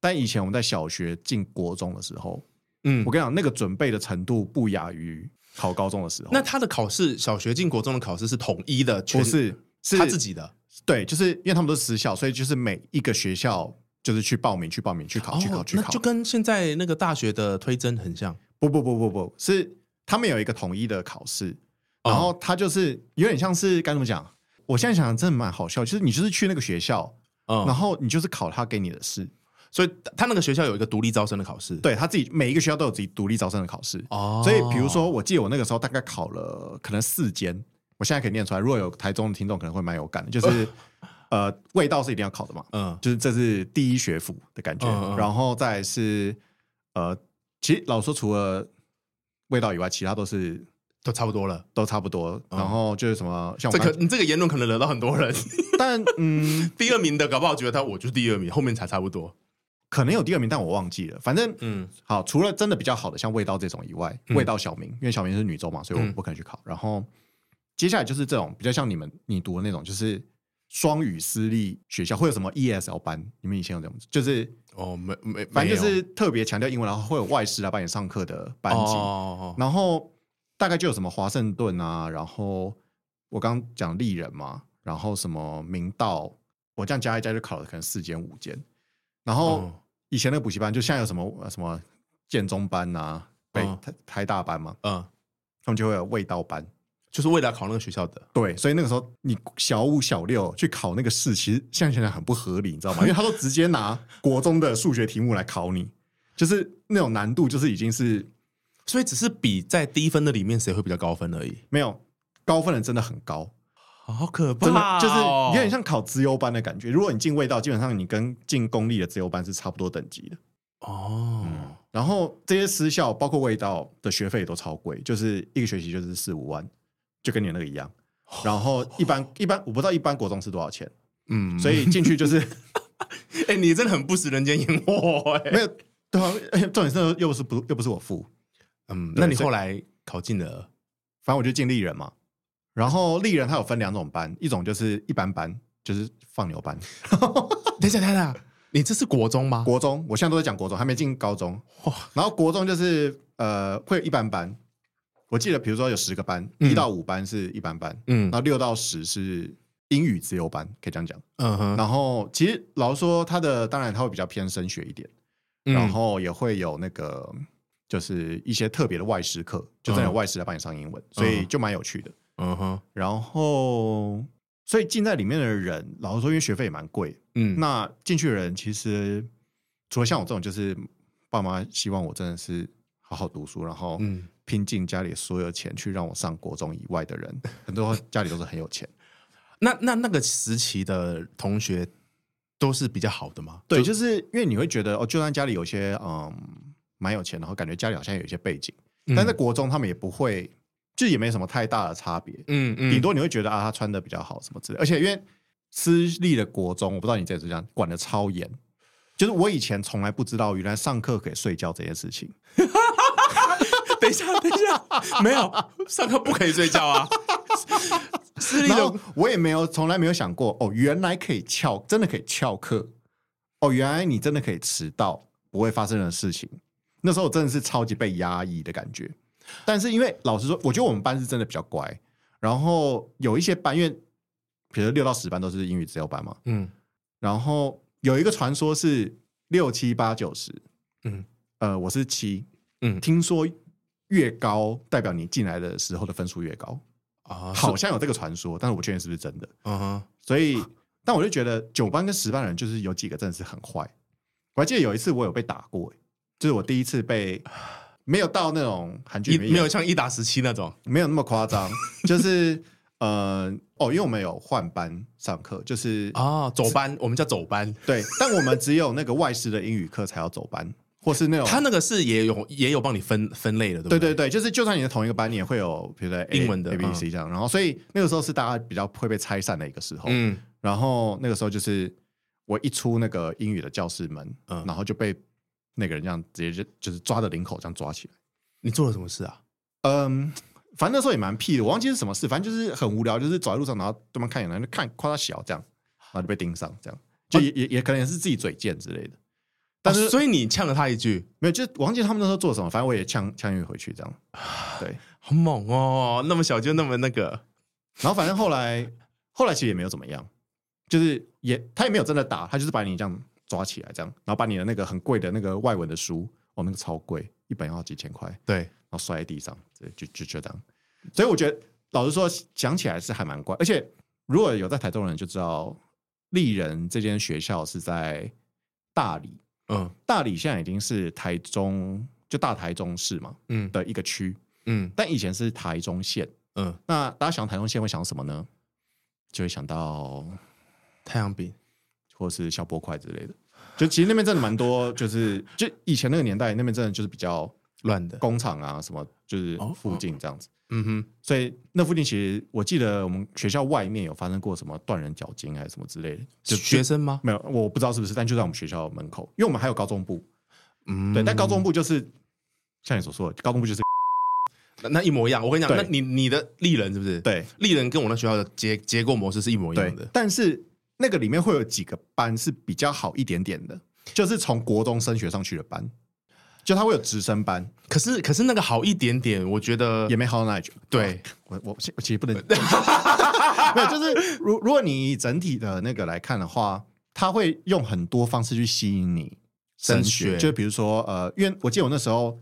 Speaker 1: 但以前我们在小学进国中的时候，
Speaker 2: 嗯
Speaker 1: 我。跟你讲，那个准备的程度不亚于考高中的时候。
Speaker 2: 那他的考试，小学进国中的考试是统一的，全
Speaker 1: 不是是
Speaker 2: 他自己的
Speaker 1: 对，就是因为他们都是私校，所以就是每一个学校就是去报名、去报名、去考、去考、去
Speaker 2: 哦那
Speaker 1: 考
Speaker 2: 就。跟现在那个大学的推甄很像。
Speaker 1: 不不不不不，
Speaker 2: 哦
Speaker 1: 是他们有一个统一的考试，然后他就是有点像是该怎么讲？我现在想想真的蛮好笑，就是你就是去那个学校，然
Speaker 2: 嗯，
Speaker 1: 后你就是考他给你的试，
Speaker 2: 所以他那个学校有一个独立招生的考试，，
Speaker 1: 对他自己每一个学校都有自己独立招生的考试。
Speaker 2: 哦，
Speaker 1: 所以，比如说，我记得我那个时候大概考了可能四间，我现在可以念出来。如果有台中的听众，可能会蛮有感的，
Speaker 2: *laughs*
Speaker 1: 就是呃，味道是一定要考的嘛，
Speaker 2: 嗯，
Speaker 1: 就是这是第一学府的感觉。
Speaker 2: 嗯嗯
Speaker 1: 然后再来是呃，其实老实说除了味道以外，其他都是
Speaker 2: 都差不多了。
Speaker 1: 都差不多。
Speaker 2: 嗯
Speaker 1: 然后就是什么像我
Speaker 2: 这
Speaker 1: 刚
Speaker 2: 个你这个言论可能惹到很多人。 *laughs*
Speaker 1: 但嗯，
Speaker 2: 第二名的搞不好觉得他我就是第二名，后面才差不多。
Speaker 1: 可能有第二名，但我忘记了。反正
Speaker 2: 嗯
Speaker 1: 好，除了真的比较好的像味道这种以外，
Speaker 2: 嗯
Speaker 1: 味道小明，因为小明是女中嘛，所以我
Speaker 2: 嗯
Speaker 1: 不可能去考。然后接下来就是这种比较像你们你读的那种，就是双语私立学校会有什么 ESL 班？你们以前有这种，就是
Speaker 2: 哦，没没，
Speaker 1: 反正就
Speaker 2: 没有
Speaker 1: 是特别强调英文，然后会有外师来帮你上课的班级。
Speaker 2: 哦
Speaker 1: 然后大概就有什么华盛顿啊，然后我刚刚讲丽人嘛，然后什么明道，我这样加一加就考了可能四间五间。然后
Speaker 2: 哦
Speaker 1: 以前那个补习班，就现在有什么呃什么建中班啊，北
Speaker 2: 嗯
Speaker 1: 台台大班嘛，
Speaker 2: 嗯，
Speaker 1: 他们就会有味道班。
Speaker 2: 就是为了考那个学校的，
Speaker 1: 对，所以那个时候你小五小六去考那个试，其实现在想想很不合理，你知道吗？因为他都直接拿国中的数学题目来考你，就是那种难度，就是已经是
Speaker 2: 所以只是比在低分的里面谁会比较高分而已。
Speaker 1: 没有高分的人真的很高，
Speaker 2: 好可
Speaker 1: 真的
Speaker 2: 怕哦，
Speaker 1: 就是有点像考资优班的感觉。如果你进味道，基本上你跟进公立的资优班是差不多等级的。
Speaker 2: 哦，
Speaker 1: 然后这些私校，包括味道的学费都超贵，就是一个学期就是四五万，就跟你那个一样。然后一般一般我不知道一般国中是多少钱，
Speaker 2: 嗯，
Speaker 1: 所以进去就是
Speaker 2: *laughs* 哎，你真的很不食人间烟火哎。
Speaker 1: 没有对啊，而且重点是又不是不又不是我付，
Speaker 2: 嗯，
Speaker 1: 对
Speaker 2: 那你
Speaker 1: 所以
Speaker 2: 后来考进了，
Speaker 1: 反正我就进丽人嘛。然后丽人它有分两种班，一种就是一般班，就是放牛班。
Speaker 2: 哦等一下，等一下，你这是国中吗？
Speaker 1: 国中，我现在都在讲国中，还没进高中
Speaker 2: 哇。
Speaker 1: 然后国中就是呃，会有一般班。我记得，比如说有十个班，
Speaker 2: 嗯
Speaker 1: 一、到五班是一般班，
Speaker 2: 嗯
Speaker 1: 然后六到十是英语自由班，可以这样讲。
Speaker 2: 嗯哼，
Speaker 1: 然后其实老实说，它的当然它会比较偏升学一点，
Speaker 2: 嗯
Speaker 1: 然后也会有那个就是一些特别的外师课，就真的有外师来帮你上英文，所以就蛮有趣的。
Speaker 2: 嗯哼，
Speaker 1: 然后，所以进在里面的人，老实说，因为学费也蛮贵，
Speaker 2: 嗯，
Speaker 1: 那进去的人其实除了像我这种，就是爸妈希望我真的是好好读书，然后
Speaker 2: 嗯
Speaker 1: 拼尽家里所有钱去让我上国中以外的人， *laughs* 很多家里都是很有钱。
Speaker 2: 那那那个时期的同学都是比较好的吗？
Speaker 1: 对，就是因为你会觉得哦，就算家里有些嗯蛮有钱，然后感觉家里好像有一些背景，
Speaker 2: 嗯
Speaker 1: 但在国中他们也不会，就也没什么太大的差别，
Speaker 2: 嗯嗯
Speaker 1: 顶多你会觉得啊，他穿的比较好什么之类，而且因为私立的国中，我不知道你这是这样管的超严，就是我以前从来不知道，原来上课可以睡觉这件事情。
Speaker 2: *laughs* 等一下，等一下，没有上课不可以睡觉 *laughs* 啊。私立
Speaker 1: 然
Speaker 2: 的
Speaker 1: 后我也没有从来没有想过，哦，原来可以翘，真的可以翘课，哦，原来你真的可以迟到，不会发生的事情。那时候我真的是超级被压抑的感觉。但是因为老实说，我觉得我们班是真的比较乖，然后有一些班，因为比如六到十班都是英语自由班嘛，
Speaker 2: 嗯
Speaker 1: 然后有一个传说是六七八九十，
Speaker 2: 嗯
Speaker 1: 呃，我是七，
Speaker 2: 嗯
Speaker 1: 听说越高代表你进来的时候的分数越高，
Speaker 2: 啊
Speaker 1: 好像有这个传说，但是我不确定是不是真的。
Speaker 2: 嗯哼
Speaker 1: 所以，但我就觉得九班跟十班人就是有几个真的是很坏。我还记得有一次我有被打过、欸就是我第一次被没有到那种韩剧
Speaker 2: 一
Speaker 1: 里面
Speaker 2: 啊没有像一打十七那种
Speaker 1: 没有那么夸张，就是呃哦，因为我们有换班上课，就是
Speaker 2: 啊，走班我们叫走班，
Speaker 1: 对，但我们只有那个外师的英语课才要走班，或是那种
Speaker 2: 他那个是也有也有帮你分分类的，对不
Speaker 1: 对
Speaker 2: 哦对
Speaker 1: 对对，就是就算你在同一个班，你也会有比如说 A,
Speaker 2: 英文的
Speaker 1: A B
Speaker 2: 嗯
Speaker 1: C 这样，然后所以那个时候是大家比较会被拆散的一个时候，
Speaker 2: 嗯
Speaker 1: 然后那个时候就是我一出那个英语的教室门，
Speaker 2: 嗯
Speaker 1: 然后就被那个人这样直接就就是抓着领口这样抓起来。
Speaker 2: 你做了什么事啊？
Speaker 1: 嗯，反正那时候也蛮屁的，我忘记是什么事，反正就是很无聊，就是走在路上，然后对方看眼，然后就看夸他小这样，然后就被盯上这样，就也、也也可能也是自己嘴贱之类的。但是、
Speaker 2: 哦哦所以你呛了他一句，
Speaker 1: 没有，就我忘记他们那时候做什么，反正我也呛呛晕回去这样。对，
Speaker 2: 好猛哦，那么小就那么那个，
Speaker 1: 然后反正后来 *laughs* 后来其实也没有怎么样，就是也他也没有真的打，他就是把你这样抓起来这样，然后把你的那个很贵的那个外文的书，哦，那个超贵，一本要几千块，然
Speaker 2: 对，
Speaker 1: 后摔在地上，对就就就这样。所以我觉得老实说，想起来是还蛮怪，而且如果有在台中人就知道，丽人这间学校是在大理，
Speaker 2: 嗯
Speaker 1: 大理现在已经是台中就大台中市嘛
Speaker 2: 嗯
Speaker 1: 的一个区，
Speaker 2: 嗯
Speaker 1: 但以前是台中县。
Speaker 2: 嗯，
Speaker 1: 那大家想台中县会想什么呢？就会想到
Speaker 2: 太阳饼，
Speaker 1: 或是消波块之类的。就其实那边真的蛮多， *laughs* 就是就以前那个年代，那边真的就是比较
Speaker 2: 乱的，
Speaker 1: 工厂啊什么，就是
Speaker 2: 哦
Speaker 1: 附近这样子。
Speaker 2: 嗯哼，
Speaker 1: 所以那附近其实我记得我们学校外面有发生过什么断人脚筋还是什么之类的，
Speaker 2: 是
Speaker 1: 就
Speaker 2: 学生吗？
Speaker 1: 没有，我不知道是不是，但就在我们学校门口，因为我们还有高中部，
Speaker 2: 嗯，
Speaker 1: 对，但高中部就是像你所说的，高中部就是
Speaker 2: 那那一模一样。我跟你讲，
Speaker 1: 对
Speaker 2: 那你你的丽人是不是？，
Speaker 1: 对
Speaker 2: 丽人跟我那学校的结结构模式是一模一
Speaker 1: 对
Speaker 2: 样的，。
Speaker 1: 但是那个里面会有几个班是比较好一点点的，就是从国中升学上去的班，就它会有直升班，
Speaker 2: 可是可是那个好一点点，我觉得
Speaker 1: 也没好到哪里去。
Speaker 2: 对，
Speaker 1: 我我其其实不能，没有，就是如如果你以整体的那个来看的话，他会用很多方式去吸引你
Speaker 2: 升
Speaker 1: 升
Speaker 2: 学
Speaker 1: 学，就比如说呃，因为我记得我那时候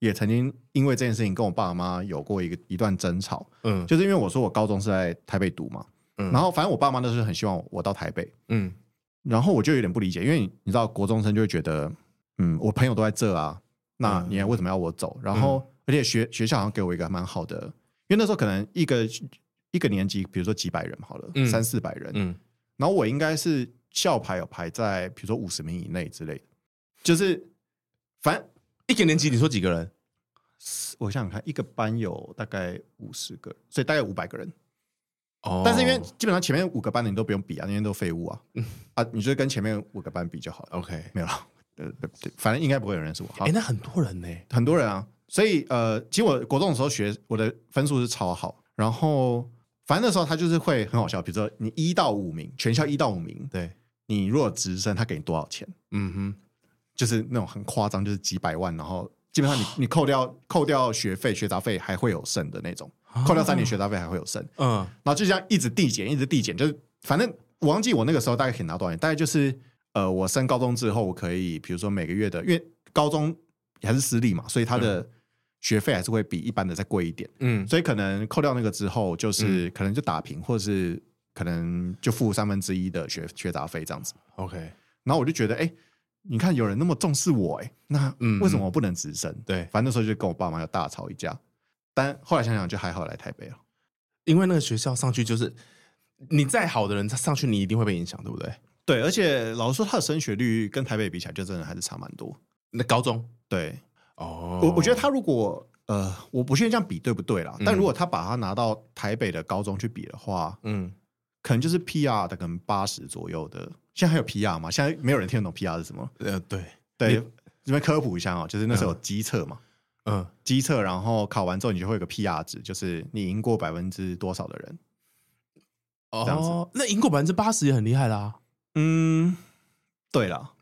Speaker 1: 也曾经因为这件事情跟我爸妈有过一个一段争吵，
Speaker 2: 嗯
Speaker 1: 就是因为我说我高中是在台北读嘛，
Speaker 2: 嗯
Speaker 1: 然后反正我爸妈都是很希望我到台北，
Speaker 2: 嗯
Speaker 1: 然后我就有点不理解，因为你你知道国中生就会觉得，嗯，我朋友都在这啊，
Speaker 2: 嗯
Speaker 1: 那你还为什么要我走？然后、而且学学校好像给我一个蛮好的，因为那时候可能一个一个年级，比如说几百人好了，
Speaker 2: 嗯
Speaker 1: 三四百人，
Speaker 2: 嗯，
Speaker 1: 然后我应该是校排有排在比如说五十名以内之类的，就是反正
Speaker 2: 一个年级你说几个人？
Speaker 1: 我想想看，一个班有大概五十个，所以大概五百个人。
Speaker 2: 哦嗯
Speaker 1: 但是因为基本上前面五个班的你都不用比啊，那些都废物啊，啊，你就跟前面五个班比就好了。
Speaker 2: OK，哎
Speaker 1: 没有了， *laughs* 呃，对对反正应该不会有人认识我。好，，
Speaker 2: 诶那很多人呢，
Speaker 1: 很多人啊，所以呃，其实我国中的时候学，我的分数是超好，然后反正那时候他就是会很好笑，比如说你一到五名，全校一到五名，
Speaker 2: 对，
Speaker 1: 你如果直升，他给你多少钱？
Speaker 2: 嗯哼，
Speaker 1: 就是那种很夸张，就是几百万，然后基本上你你扣掉扣掉学费、学杂费还会有剩的那种，
Speaker 2: 哦
Speaker 1: 扣掉三年学杂费还会有剩，
Speaker 2: 啊嗯，
Speaker 1: 然后就这样一直递减，一直递减，就是反正我忘记我那个时候大概可以拿多少钱，大概就是呃，我升高中之后，我可以比如说每个月的，因为高中还是私立嘛，所以它的学费还是会比一般的再贵一点，
Speaker 2: 嗯，
Speaker 1: 所以可能扣掉那个之后，就是、可能就打平，或者是可能就付三分之一的学学杂费这样子。
Speaker 2: OK，
Speaker 1: 然后我就觉得，哎、你看有人那么重视我、哎，那
Speaker 2: 嗯
Speaker 1: 为什么我不能直升？
Speaker 2: 对，
Speaker 1: 反正那时候就跟我爸妈有大吵一架，但后来想想就还好来台北了。
Speaker 2: 因为那个学校上去就是你再好的人，他上去你一定会被影响，对不对？
Speaker 1: 对，而且老实说，它的升学率跟台北比起来，就真的还是差蛮多。
Speaker 2: 那高中
Speaker 1: 对
Speaker 2: 哦
Speaker 1: 我，我觉得他如果呃，我不确定这样比对不对啦，
Speaker 2: 嗯
Speaker 1: 但如果他把它拿到台北的高中去比的话，
Speaker 2: 嗯，
Speaker 1: 可能就是 PR 的可能八十左右的。现在还有 PR 吗？现在没有人听得懂 PR 是什么。
Speaker 2: 呃，对，
Speaker 1: 对
Speaker 2: 你，
Speaker 1: 这边科普一下哦，就是那时候有机测嘛，
Speaker 2: 嗯，
Speaker 1: 机测，然后考完之后你就会有个 PR 值，就是你赢过百分之多少的人。这样子
Speaker 2: 哦，那赢过百分之八十也很厉害啦，
Speaker 1: 嗯，对了，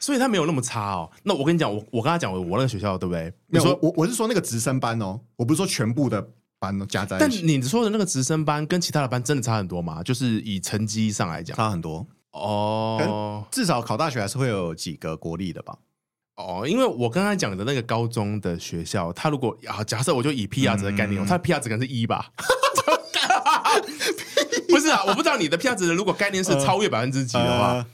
Speaker 2: 所以他没有那么差哦。那我跟你讲，我我跟他讲我那个学校对不对？
Speaker 1: 没有，
Speaker 2: 你说
Speaker 1: 我，我我是说那个直升班哦，我不是说全部的班都加在一
Speaker 2: 但
Speaker 1: 起，
Speaker 2: 你说的那个直升班跟其他的班真的差很多吗？就是以成绩上来讲，
Speaker 1: 差很多。
Speaker 2: 哦
Speaker 1: 至少考大学还是会有几个国立的吧？
Speaker 2: 哦，因为我刚才讲的那个高中的学校，他如果啊，假设我就以 PR 值的概念，
Speaker 1: 嗯
Speaker 2: 他的 PR 值可能是一吧。 *laughs* 不是啊，我不知道你的 PR 值如果概念
Speaker 1: 嗯
Speaker 2: 是超越百分之几的话，
Speaker 1: 呃，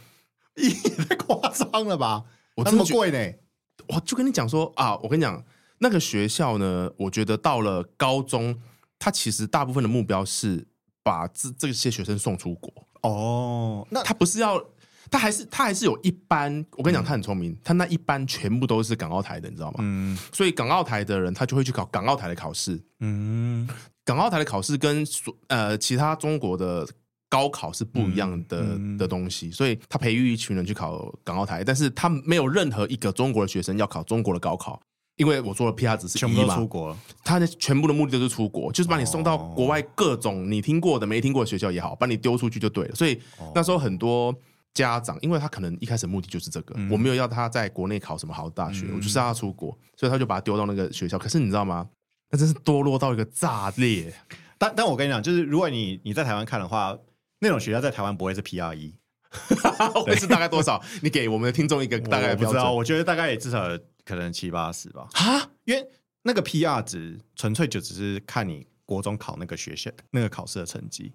Speaker 1: *laughs* 也太夸张了吧？
Speaker 2: 我
Speaker 1: 那
Speaker 2: 真的
Speaker 1: 么贵呢？
Speaker 2: 我就跟你讲说啊，我跟你讲，那个学校呢，我觉得到了高中，它其实大部分的目标是把这这些学生送出国，
Speaker 1: 哦，那
Speaker 2: 他不是要，他还是他还是有一班。我跟你讲，他很聪明，他那一班全部都是港澳台的，你知道吗？
Speaker 1: 嗯
Speaker 2: 所以港澳台的人，他就会去考港澳台的考试。
Speaker 1: 嗯
Speaker 2: 港澳台的考试跟所呃其他中国的高考是不一样的、
Speaker 1: 嗯嗯
Speaker 2: 的东西，所以他培育一群人去考港澳台，但是他没有任何一个中国的学生要考中国的高考，因为我说的 PR 值是
Speaker 1: 全部
Speaker 2: 一
Speaker 1: 都
Speaker 2: 嘛
Speaker 1: 出，国了，
Speaker 2: 他的全部的目的就是出国，就是把你送到
Speaker 1: 哦
Speaker 2: 国外各种你听过的、没听过的学校也好，把你丢出去就对了。所以
Speaker 1: 哦
Speaker 2: 那时候很多。家长，因为他可能一开始目的就是这个，我没有要他在国内考什么好大学，
Speaker 1: 嗯
Speaker 2: 我就是要他出国，所以他就把他丢到那个学校。可是你知道吗？那真是堕落到一个炸裂，
Speaker 1: 但但我跟你讲，就是如果你你在台湾看的话，那种学校在台湾不会是 P R E，一，
Speaker 2: *laughs* 会是大概多少？你给我们的听众一个大概
Speaker 1: 我
Speaker 2: 的
Speaker 1: 不
Speaker 2: 标
Speaker 1: 知
Speaker 2: 准
Speaker 1: 道，我觉得大概也至少有可能七八十吧，
Speaker 2: 啊？
Speaker 1: 因为那个 P R 值纯粹就只是看你国中考那个学校那个考试的成绩。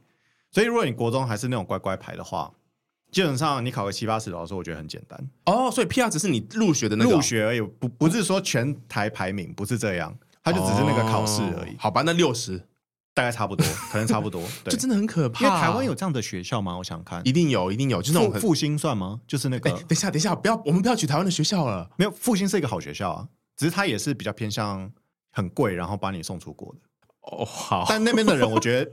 Speaker 1: 所以如果你国中还是那种乖乖牌的话，基本上你考个七八十，老师我觉得很简单。
Speaker 2: 哦，所以 PR 只是你入学的那个哦
Speaker 1: 入学而已，不不是说全台排名，不是这样，它就只是那个考试而已，
Speaker 2: 哦好吧，那六十，
Speaker 1: 大概差不多，可能差不
Speaker 2: *laughs*
Speaker 1: 多。对
Speaker 2: 这，真的很可怕。
Speaker 1: 因为台湾有这样的学校吗？我想看，
Speaker 2: 一定有，一定有，就是那种
Speaker 1: 复
Speaker 2: 很。
Speaker 1: 复兴算吗？就是那个、
Speaker 2: 哎，等一下，等一下，不要，我们不要去台湾的学校了。
Speaker 1: 没有复兴是一个好学校啊，只是它也是比较偏向很贵，然后把你送出国的。
Speaker 2: 哦，好
Speaker 1: 但那边的人，我觉得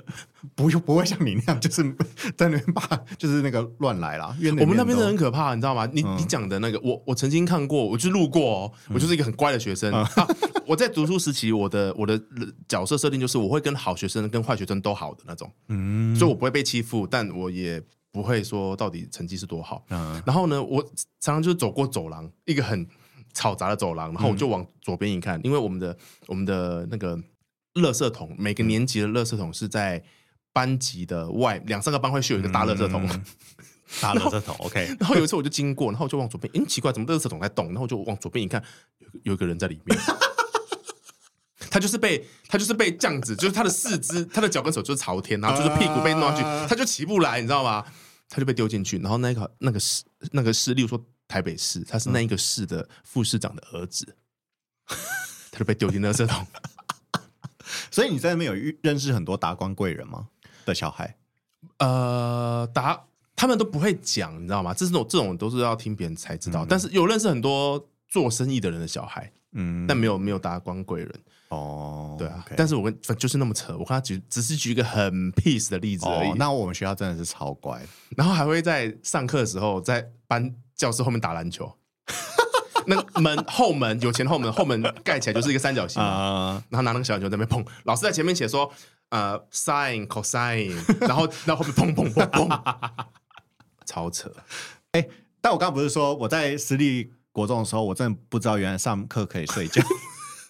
Speaker 1: 不用 *laughs* 不会像你那样，就是 *laughs* 在那边把就是那个乱来啦。因为
Speaker 2: 我们那边
Speaker 1: 都嗯
Speaker 2: 真的很可怕，你知道吗？你、你讲的那个，我我曾经看过，我就路过、哦，我就是一个很乖的学
Speaker 1: 嗯
Speaker 2: 生、啊。我在读书时期，我的我的角色设定就是我会跟好学生跟坏学生都好的那种，
Speaker 1: 嗯
Speaker 2: 所以我不会被欺负，但我也不会说到底成绩是多好。
Speaker 1: 嗯
Speaker 2: 然后呢，我常常就是走过走廊，一个很嘈杂的走廊，然后我
Speaker 1: 嗯
Speaker 2: 就往左边一看，因为我们的我们的那个垃圾桶，每
Speaker 1: 嗯
Speaker 2: 个年级的垃圾桶是在班级的外两三个班会是有一个大垃圾桶。
Speaker 1: 嗯打了
Speaker 2: *laughs*
Speaker 1: 这头
Speaker 2: 哦
Speaker 1: OK，
Speaker 2: 然后有一次我就经过，然后我就往左边，诶，奇怪，怎么垃圾桶在动？然后我就往左边一看，有有一个人在里面。他就是被他就是被这样子，就是他的四肢，他的脚跟手就是朝天，然后就是屁股被弄下去，
Speaker 1: 啊
Speaker 2: 他就起不来，你知道吗？他就被丢进去。然后那个那个市那个市，例如说台北市，他是那一个市的副市长的儿子，他就被丢进垃圾桶。
Speaker 1: 所以你在那边有遇认识很多达官贵人吗？的小孩，
Speaker 2: 呃，答他们都不会讲，你知道吗？这种这种都是要听别人才知道。但是有认识很多做生意的人的小孩，
Speaker 1: 嗯，
Speaker 2: 但没有没有达官贵人，
Speaker 1: 哦，
Speaker 2: 对啊。
Speaker 1: OK
Speaker 2: 但是我跟反就是那么扯，我跟他举只是举一个很 peace 的例子而已，
Speaker 1: 哦，那我们学校真的是超乖，
Speaker 2: 然后还会在上课的时候在班教室后面打篮球。 *laughs* 那个门后门有钱后门后门盖起来就是一个三角形嘛，
Speaker 1: 啊、
Speaker 2: 然后拿那个小篮球在那边碰，老师在前面写说呃 sin cosine，然后然后后面砰砰砰砰，超扯。
Speaker 1: 但我刚刚不是说我在私立国中的时候，我真的不知道原来上课可以睡
Speaker 2: *laughs*
Speaker 1: 觉。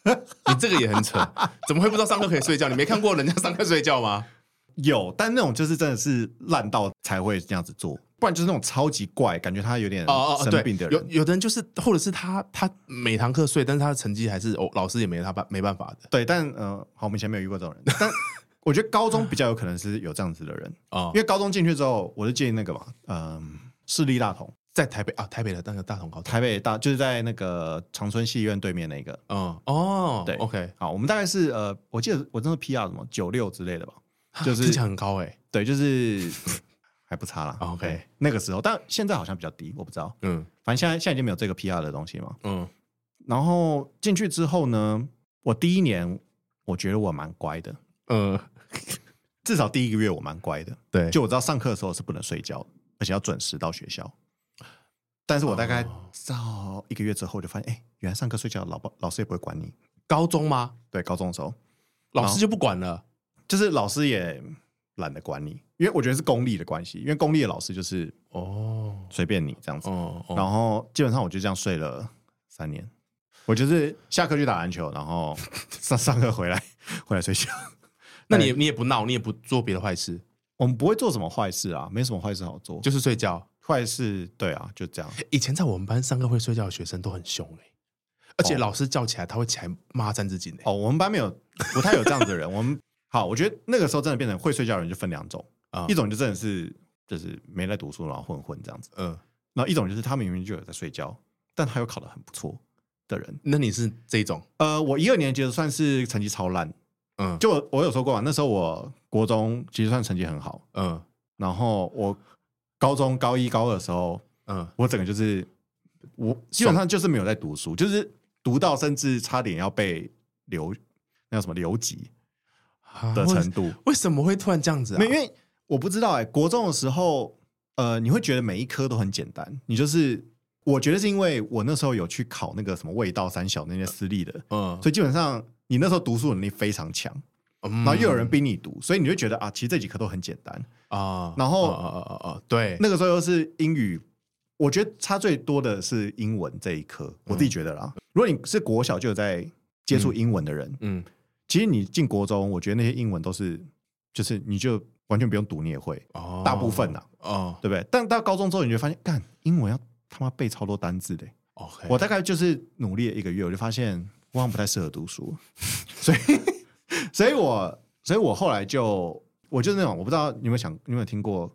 Speaker 2: 你这个也很扯，怎么会不知道上课可以睡觉？你没看过人家上课睡觉吗？
Speaker 1: 有，但那种就是真的是烂到才会这样子做，不然就是那种超级怪，感觉他有点
Speaker 2: 哦哦哦，
Speaker 1: 生
Speaker 2: 对
Speaker 1: 病的，人。
Speaker 2: 有有的人就是，或者是他他每堂课睡，但是他的成绩还是哦，老师也没他办没办法的
Speaker 1: 对但呃，好，我们以前没有遇过这种人，但我觉得高中比较有可能是有这样子的人，
Speaker 2: *laughs* 哦
Speaker 1: 因，为高中进去之后，我是建议那个嘛，嗯、市立大同，
Speaker 2: 在台北啊，台北的那个大同高台，
Speaker 1: 台北大就是在那个长春戏院对面那个。
Speaker 2: 嗯哦，
Speaker 1: 对
Speaker 2: ，OK，
Speaker 1: 好，我们大概是呃，我记得我真的 PR 什么九六之类的吧，就
Speaker 2: 听
Speaker 1: 是
Speaker 2: 起来很高哎，
Speaker 1: 对，就是 *laughs* 还不差啦。
Speaker 2: 哦 OK
Speaker 1: 对那个时候，但现在好像比较低，我不知道。
Speaker 2: 嗯
Speaker 1: 反正现在现在已经没有这个 PR 的东西嘛。
Speaker 2: 嗯，
Speaker 1: 然后进去之后呢，我第一年我觉得我蛮乖的，
Speaker 2: 呃，
Speaker 1: 至少第一个月我蛮乖的。
Speaker 2: 对，
Speaker 1: 就我知道上课的时候是不能睡觉的，而且要准时到学校。但是我大概
Speaker 2: 哦
Speaker 1: 到一个月之后就发现，哎、原来上课睡觉老老师也不会管你。
Speaker 2: 高中吗？
Speaker 1: 对，高中的时候
Speaker 2: 老师就不管了，
Speaker 1: 就是老师也懒得管你，因为我觉得是公立的关系，因为公立的老师就是
Speaker 2: 哦，
Speaker 1: 随便你这样子。
Speaker 2: 哦哦，
Speaker 1: 然后基本上我就这样睡了三年。我就是下课去打篮球，然后 *laughs* 上上课回来 *laughs* 回来睡觉。
Speaker 2: 那你也你也不闹，你也不做别的坏事，
Speaker 1: 我们不会做什么坏事啊，没什么坏事好做。就
Speaker 2: 就是睡觉。
Speaker 1: 坏事，对啊，就这样。
Speaker 2: 以前在我们班上课会睡觉的学生都很凶哎，而且
Speaker 1: 哦
Speaker 2: 老师叫起来他会起来骂三字经哎，
Speaker 1: 哦，我们班没有不太有这样子的
Speaker 2: *laughs*
Speaker 1: 人。我们好，我觉得那个时候真的变成会睡觉的人就分两种，
Speaker 2: 啊
Speaker 1: 一种就真的是就是没在读书，然后混混这样子；
Speaker 2: 嗯，
Speaker 1: 然后一种就是他明明就有在睡觉，但他又考得很不错的人。
Speaker 2: 那你是这种，
Speaker 1: 呃，我一二年级的算是成绩超烂，
Speaker 2: 嗯
Speaker 1: 就我我有说过嘛，那时候我国中其实算成绩很好，
Speaker 2: 嗯
Speaker 1: 然后我高中高一高二的时候，
Speaker 2: 嗯，
Speaker 1: 我整个就是我基本上就是没有在读书，就是读到甚至差点要被留那叫什么留级
Speaker 2: 啊
Speaker 1: 的程度。
Speaker 2: 为什么会突然这样子啊？
Speaker 1: 没有，因为我不知道哎、国中的时候，呃，你会觉得每一科都很简单，你就是我觉得是因为我那时候有去考那个什么味道三小那些私立的，
Speaker 2: 嗯，
Speaker 1: 所以基本上你那时候读书能力非常强，
Speaker 2: 然
Speaker 1: 然后又有人逼你读，所以你就觉得啊，其实这几科都很简单。
Speaker 2: 啊，
Speaker 1: 然后
Speaker 2: 啊啊啊啊，啊对，
Speaker 1: 那个时候又是英语，我觉得差最多的是英文这一科，
Speaker 2: 嗯
Speaker 1: 我自己觉得啦。如果你是国小就有在接触英文的人，
Speaker 2: 嗯，
Speaker 1: 其实你进国中，我觉得那些英文都是，就是你就完全不用读，你也会，
Speaker 2: 哦
Speaker 1: 大部分啊，
Speaker 2: 哦
Speaker 1: 对不对？但到高中之后，你就发现，干英文要他妈背超多单字的欸、
Speaker 2: 哦，OK，
Speaker 1: 我大概就是努 *laughs* 力了一个月，我就发现我好像不太适合读书，所以，所以我所以我后来就我就是那种我不知道你有没有想，你有没有听过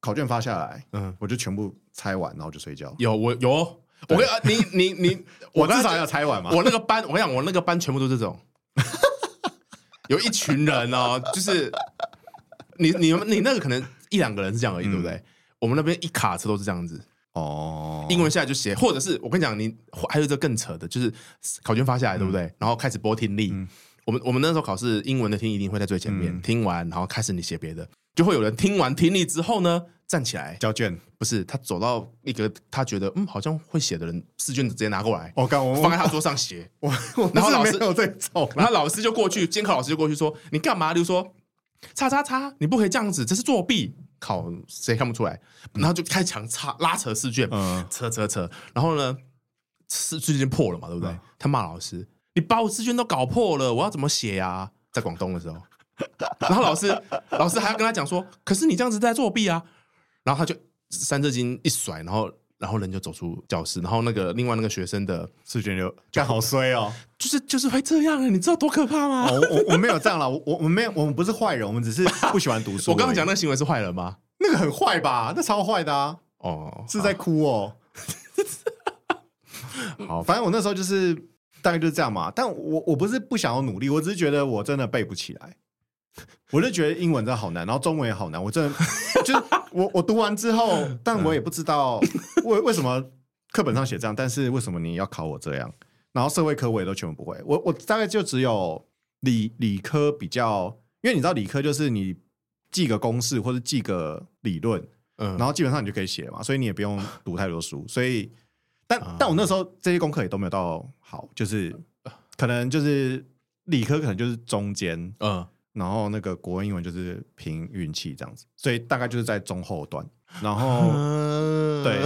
Speaker 1: 考卷发下来，
Speaker 2: 嗯，
Speaker 1: 我就全部猜完，然后就睡觉。
Speaker 2: 有我有，我跟啊你你你，
Speaker 1: *laughs* 我
Speaker 2: 刚
Speaker 1: 至
Speaker 2: 才
Speaker 1: 少要猜完嘛。
Speaker 2: 我那个班，我跟你讲，我那个班全部都
Speaker 1: *laughs*
Speaker 2: 这种，有一群人哦，就是你你们你那个可能一两个人是这样
Speaker 1: 嗯
Speaker 2: 而已，对不对？我们那边一卡车都是这样子，
Speaker 1: 哦，
Speaker 2: 英文下来就写，或者是我跟你讲，你还有一个更扯的，就是考卷发下来，对不对？然后开始播听力。我们我们那时候考试，英文的听一定会在最前面，
Speaker 1: 嗯
Speaker 2: 听完然后开始你写别的，就会有人听完听力之后呢，站起来，
Speaker 1: 交卷。
Speaker 2: 不是他走到一个他觉得嗯好像会写的人，试卷直接拿过来，
Speaker 1: 我刚哦我
Speaker 2: 放在他桌上写。
Speaker 1: 我我
Speaker 2: 然后老
Speaker 1: 不
Speaker 2: 师
Speaker 1: 是没有
Speaker 2: *laughs*
Speaker 1: 这种啦
Speaker 2: 哦然后老师就过去，监考老师就过去说：“你干嘛？”例如说：“叉叉叉，你不可以这样子，这是作弊。”考谁看不出来？然后就开始强插拉扯试卷，
Speaker 1: 嗯
Speaker 2: 扯扯扯。然后呢，试试卷破了嘛，对不对
Speaker 1: 嗯？
Speaker 2: 他骂老师：“你把我试卷都搞破了，我要怎么写呀、在广东的时候，然后老师老师还要跟他讲说：“可是你这样子在作弊啊！”然后他就三字经一甩，然后然后人就走出教室，然后那个另外那个学生的，
Speaker 1: 试卷就干好衰哦。
Speaker 2: 就是就是会这样，啊你知道多可怕吗？
Speaker 1: 哦我我我没有这样啦，我我我没有，我们不是坏人，我们只是不喜欢读书而已。
Speaker 2: *laughs* 我刚刚讲那个行为是坏人吗？
Speaker 1: 那个很坏吧？那超坏的啊！
Speaker 2: 哦，
Speaker 1: 是在哭哦。 *laughs* 好，反正我那时候就是大概就是这样嘛。但我我不是不想要努力，我只是觉得我真的背不起来。我就觉得英文真的好难，然后中文也好难。我真的就是我我读完之后，但我也不知道为为什么课本上写这样，但是为什么你要考我这样？然后社会科我也都全部不会，我我大概就只有理理科比较，因为你知道理科就是你记个公式或者记个理论，
Speaker 2: 嗯，
Speaker 1: 然后基本上你就可以写嘛，所以你也不用读太多书。所以，但
Speaker 2: 啊
Speaker 1: 但我那时候这些功课也都没有到好，就是可能就是理科可能就是中间，
Speaker 2: 嗯，
Speaker 1: 然后那个国文英文就是凭运气这样子，所以大概就是在中后段。然
Speaker 2: *laughs*
Speaker 1: 后
Speaker 2: 嗯
Speaker 1: 对，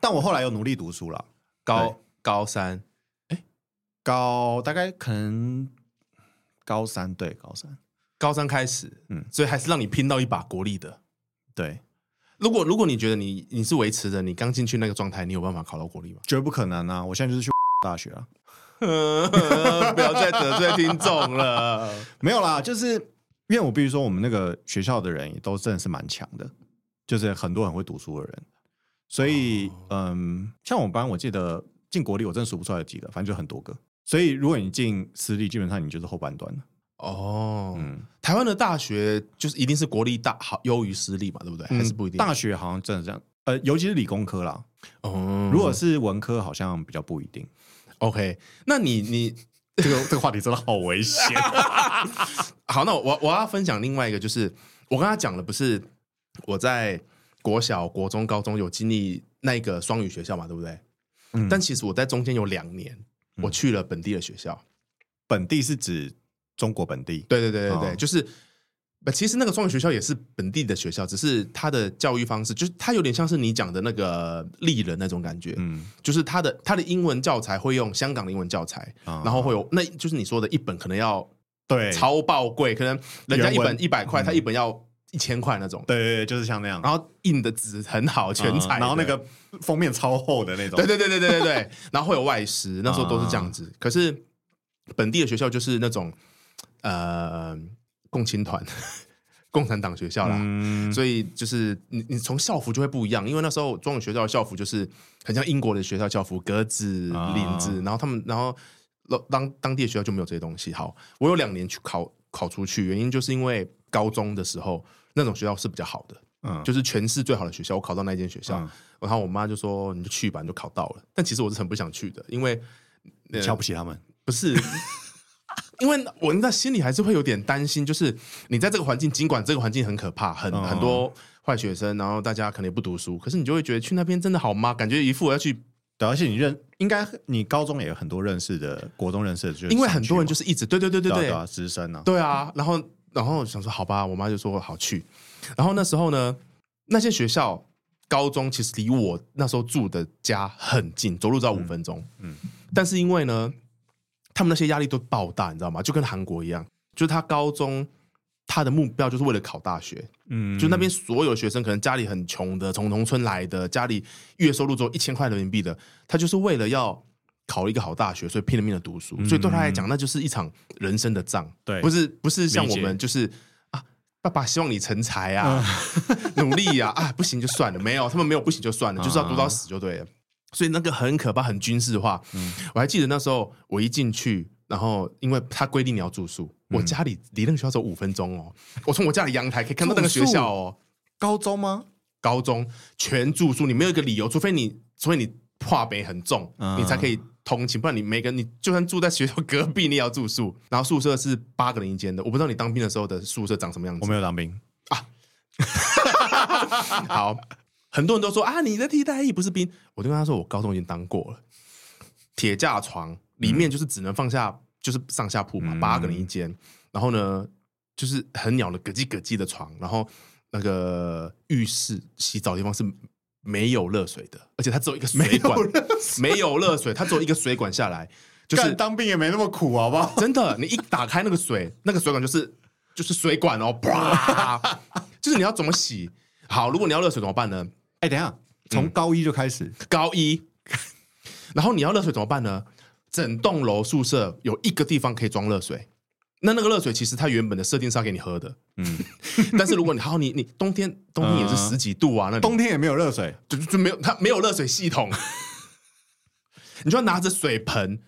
Speaker 1: 但我后来有努力读书了，
Speaker 2: *laughs* 高高三
Speaker 1: 高大概可能高三对高三
Speaker 2: 高三开始，嗯
Speaker 1: 嗯，
Speaker 2: 所以还是让你拼到一把国力的。
Speaker 1: 对，
Speaker 2: 如果如果你觉得你你是维持着你刚进去那个状态，你有办法考到国力
Speaker 1: *laughs*
Speaker 2: 吗？ *laughs*
Speaker 1: 绝不可能啊！我现在就是去 *laughs* 大学啊，
Speaker 2: 不要再得罪听众了。
Speaker 1: 没有啦，就是因为我必须说，我们那个学校的人也都真的是蛮强的，就是很多很会读书的人。所以，嗯，像我们班，我记得进国立我真的数不出来有几个，反正就很多个。所以，如果你进私立，基本上你就是后半段了。
Speaker 2: 哦，
Speaker 1: 嗯，
Speaker 2: 台湾的大学就是一定是国力大好优于私立嘛，对不
Speaker 1: 嗯
Speaker 2: 对？还是不一定。
Speaker 1: 大学好像真的这样，呃，尤其是理工科啦，
Speaker 2: 哦，
Speaker 1: 如果是文科，好像比较不一定。
Speaker 2: OK，那你你
Speaker 1: 这个这个话题真的好危险。
Speaker 2: 好，那我我要分享另外一个，就是我跟他讲的，不是我在国小、国中、高中有经历那个双语学校嘛，对不对？
Speaker 1: 嗯
Speaker 2: 但其实我在中间有两年，我去了本地的学校。
Speaker 1: *laughs* 本地是指中国本地，
Speaker 2: 对对对对对，
Speaker 1: 哦
Speaker 2: 就是。呃其实那个双语学校也是本地的学校，只是它的教育方式，就是它有点像是你讲的那个丽人那种感觉，
Speaker 1: 嗯，
Speaker 2: 就是它的它的英文教材会用香港的英文教材，
Speaker 1: 啊
Speaker 2: 然后会有那就是你说的一本可能要
Speaker 1: 对，
Speaker 2: 超爆贵，可能人家一
Speaker 1: 原
Speaker 2: 本
Speaker 1: 文嗯
Speaker 2: 一百块，他一本要一千块那种。
Speaker 1: 对对对，就是像那样。
Speaker 2: 然后印的纸很好，全彩的、
Speaker 1: 嗯然后那个封面超厚的那种，
Speaker 2: 对对对对对对对，然后会有外师，那时候都是这样
Speaker 1: 嗯
Speaker 2: 子。可是本地的学校就是那种呃共青团、共产党学校啦，
Speaker 1: 嗯，
Speaker 2: 所以就是你你从校服就会不一样，因为那时候中文学校的校服就是很像英国的学校校服，格子、
Speaker 1: 啊
Speaker 2: 领子，然后他们然后当当地的学校就没有这些东西。好，我有两年去考考出去，原因就是因为高中的时候那种学校是比较好的，
Speaker 1: 嗯
Speaker 2: 就是全市最好的学校，我考到那间学校，
Speaker 1: 嗯
Speaker 2: 然后我妈就说你就去吧，你就考到了。但其实我是很不想去的，因为
Speaker 1: 你瞧不起他们，
Speaker 2: 不是。因为我那心里还是会有点担心，就是你在这个环境，尽管这个环境很可怕，很、
Speaker 1: 嗯
Speaker 2: 很多坏学生，然后大家可能也不读书，可是你就会觉得去那边真的好吗？感觉一副我要去，
Speaker 1: 对，而且你认应该你高中也有很多认识的，国中认识的，就是
Speaker 2: 因为很多人就是是一直对对对对
Speaker 1: 对啊
Speaker 2: 对
Speaker 1: 对啊，直升啊，
Speaker 2: 对啊，然后然后想说好吧，我妈就说好去，然后那时候呢，那些学校高中其实离我那时候住的家很近，走路只要五分钟，嗯
Speaker 1: 嗯，
Speaker 2: 但是因为呢，他们那些压力都爆大，你知道吗？就跟韩国一样，就是他高中。他的目标就是为了考大学，
Speaker 1: 嗯，
Speaker 2: 就那边所有学生可能家里很穷的，从农村来的，家里月收入只有一千块人民币的，他就是为了要考了一个好大学，所以拼了命的读书，所以对他来讲，那就是一场人生的仗。
Speaker 3: 嗯对
Speaker 2: 不是不是像
Speaker 3: 理
Speaker 2: 我
Speaker 3: 解
Speaker 2: 们就是啊，爸爸希望你成才啊，
Speaker 3: 嗯
Speaker 2: *laughs* 努力呀、啊，啊，不行就算了，没有他们没有不行就算了，就是要读
Speaker 3: 啊
Speaker 2: 到死就对了。所以那个很可怕，很军事化。我还记得那时候我一进去，然后因为他规定你要住宿，我家里离那个学校只有五分钟哦，我从我家里阳台可以看到那个学校哦。
Speaker 1: 高中吗？
Speaker 2: 高中全住宿，你没有一个理由，除非你，除非你话北很重，
Speaker 1: 嗯
Speaker 2: 你才可以通勤，不然你每个你就算住在学校隔壁，你也要住宿。然后宿舍是八个人一间的，我不知道你当兵的时候的宿舍长什么样
Speaker 1: 我
Speaker 2: 子。
Speaker 1: 没有当兵，
Speaker 2: *laughs* 好，很多人都说啊，你的替代役不是兵，我就跟他说，我高中已经当过了，铁架床里面就是只能放下、就是上下铺嘛，
Speaker 1: 嗯
Speaker 2: 八个人一间，然后呢就是很鸟的咯叽咯叽的床，然后那个浴室洗澡的地方是。没有热水的，而且它只有一个水管，没有热水，它只有一个水管下来，就
Speaker 1: 干
Speaker 2: 是
Speaker 1: 当兵也没那么苦，好不好？
Speaker 2: 真的，你一打开那个水，那个水管就是就是水管哦，啪， *laughs* 就是你要怎么洗？好，如果你要热水怎么办呢？
Speaker 1: *laughs* 哎、等一下，从高一就开始，
Speaker 2: 高一， *laughs* 然后你要热水怎么办呢？整栋楼宿舍有一个地方可以装热水，那那个热水其实它原本的设定是要给你喝的，嗯
Speaker 1: 嗯，
Speaker 2: *laughs* 但是如果你好你你冬天冬天也是十几度啊，那里
Speaker 1: 冬天也没有热水，
Speaker 2: 就就就没有它没有热水系统， *laughs* 你就要拿着水盆，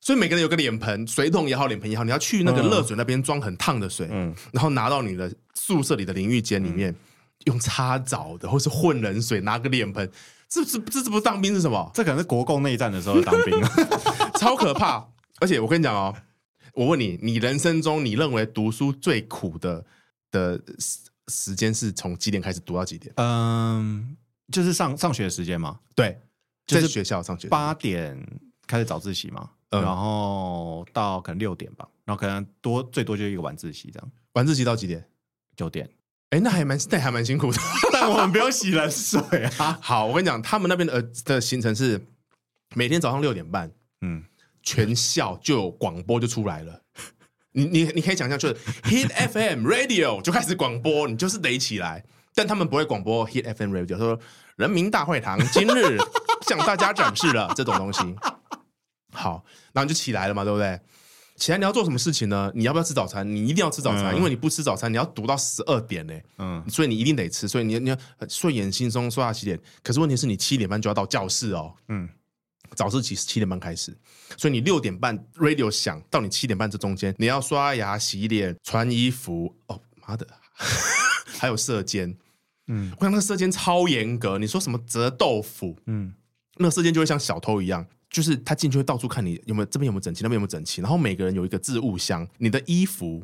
Speaker 2: 所以每个人有个脸盆，水桶也好，脸盆也好，你要去那个热水那边装很烫的水，
Speaker 1: 嗯
Speaker 2: 然后拿到你的宿舍里的淋浴间里面、用擦澡的，或是混冷水，拿个脸盆，这这这这不是当兵是什么？
Speaker 1: 这可能是国共内战的时候当兵。啊 *laughs*
Speaker 2: 超可怕！而且我跟你讲哦，我问你，你人生中你认为读书最苦的的时时间是从几点开始读到几点？
Speaker 1: 嗯，就是上上学的时间嘛，
Speaker 2: 对，
Speaker 1: 就是
Speaker 2: 在学校上学
Speaker 1: 八点开始早自习嘛，
Speaker 2: 嗯
Speaker 1: 然后到可能六点吧，然后可能多最多就是一个晚自习这样，
Speaker 2: 晚自习到几点？
Speaker 1: 九点。
Speaker 2: 哎，那还蛮那还蛮辛苦的。
Speaker 1: *laughs* 但我们不用洗冷水啊。
Speaker 2: 好，我跟你讲，他们那边的呃的行程是每天早上六点半，
Speaker 1: 嗯，
Speaker 2: 全校就有广播就出来了。 *laughs* 你你你可以想象，就是 Hit FM Radio 就开始广播，你就是得起来。但他们不会广播 Hit FM Radio，他说人民大会堂今日向大家展示了这种东西。 *laughs* 好，然后你就起来了嘛，对不对？起来你要做什么事情呢？你要不要吃早餐？你一定要吃早餐，
Speaker 1: 嗯
Speaker 2: 因为你不吃早餐，你要读到十二点呢、
Speaker 1: 嗯，
Speaker 2: 所以你一定得吃，所以你你要呃睡眼惺忪，刷牙洗脸。可是问题是你七点半就要到教室哦，
Speaker 1: 嗯，
Speaker 2: 早自习是七点半开始，所以你六点半 radio 响到你七点半这中间，你要刷牙洗脸、穿衣服，哦妈的， *laughs* 还有射间，嗯
Speaker 1: 嗯，
Speaker 2: 我想那个射间超严格，你说什么折豆腐，
Speaker 1: 嗯，
Speaker 2: 那个射间就会像小偷一样。就是他进去会到处看你有没有这边有没有整齐，那边有没有整齐，然后每个人有一个置物箱，你的衣服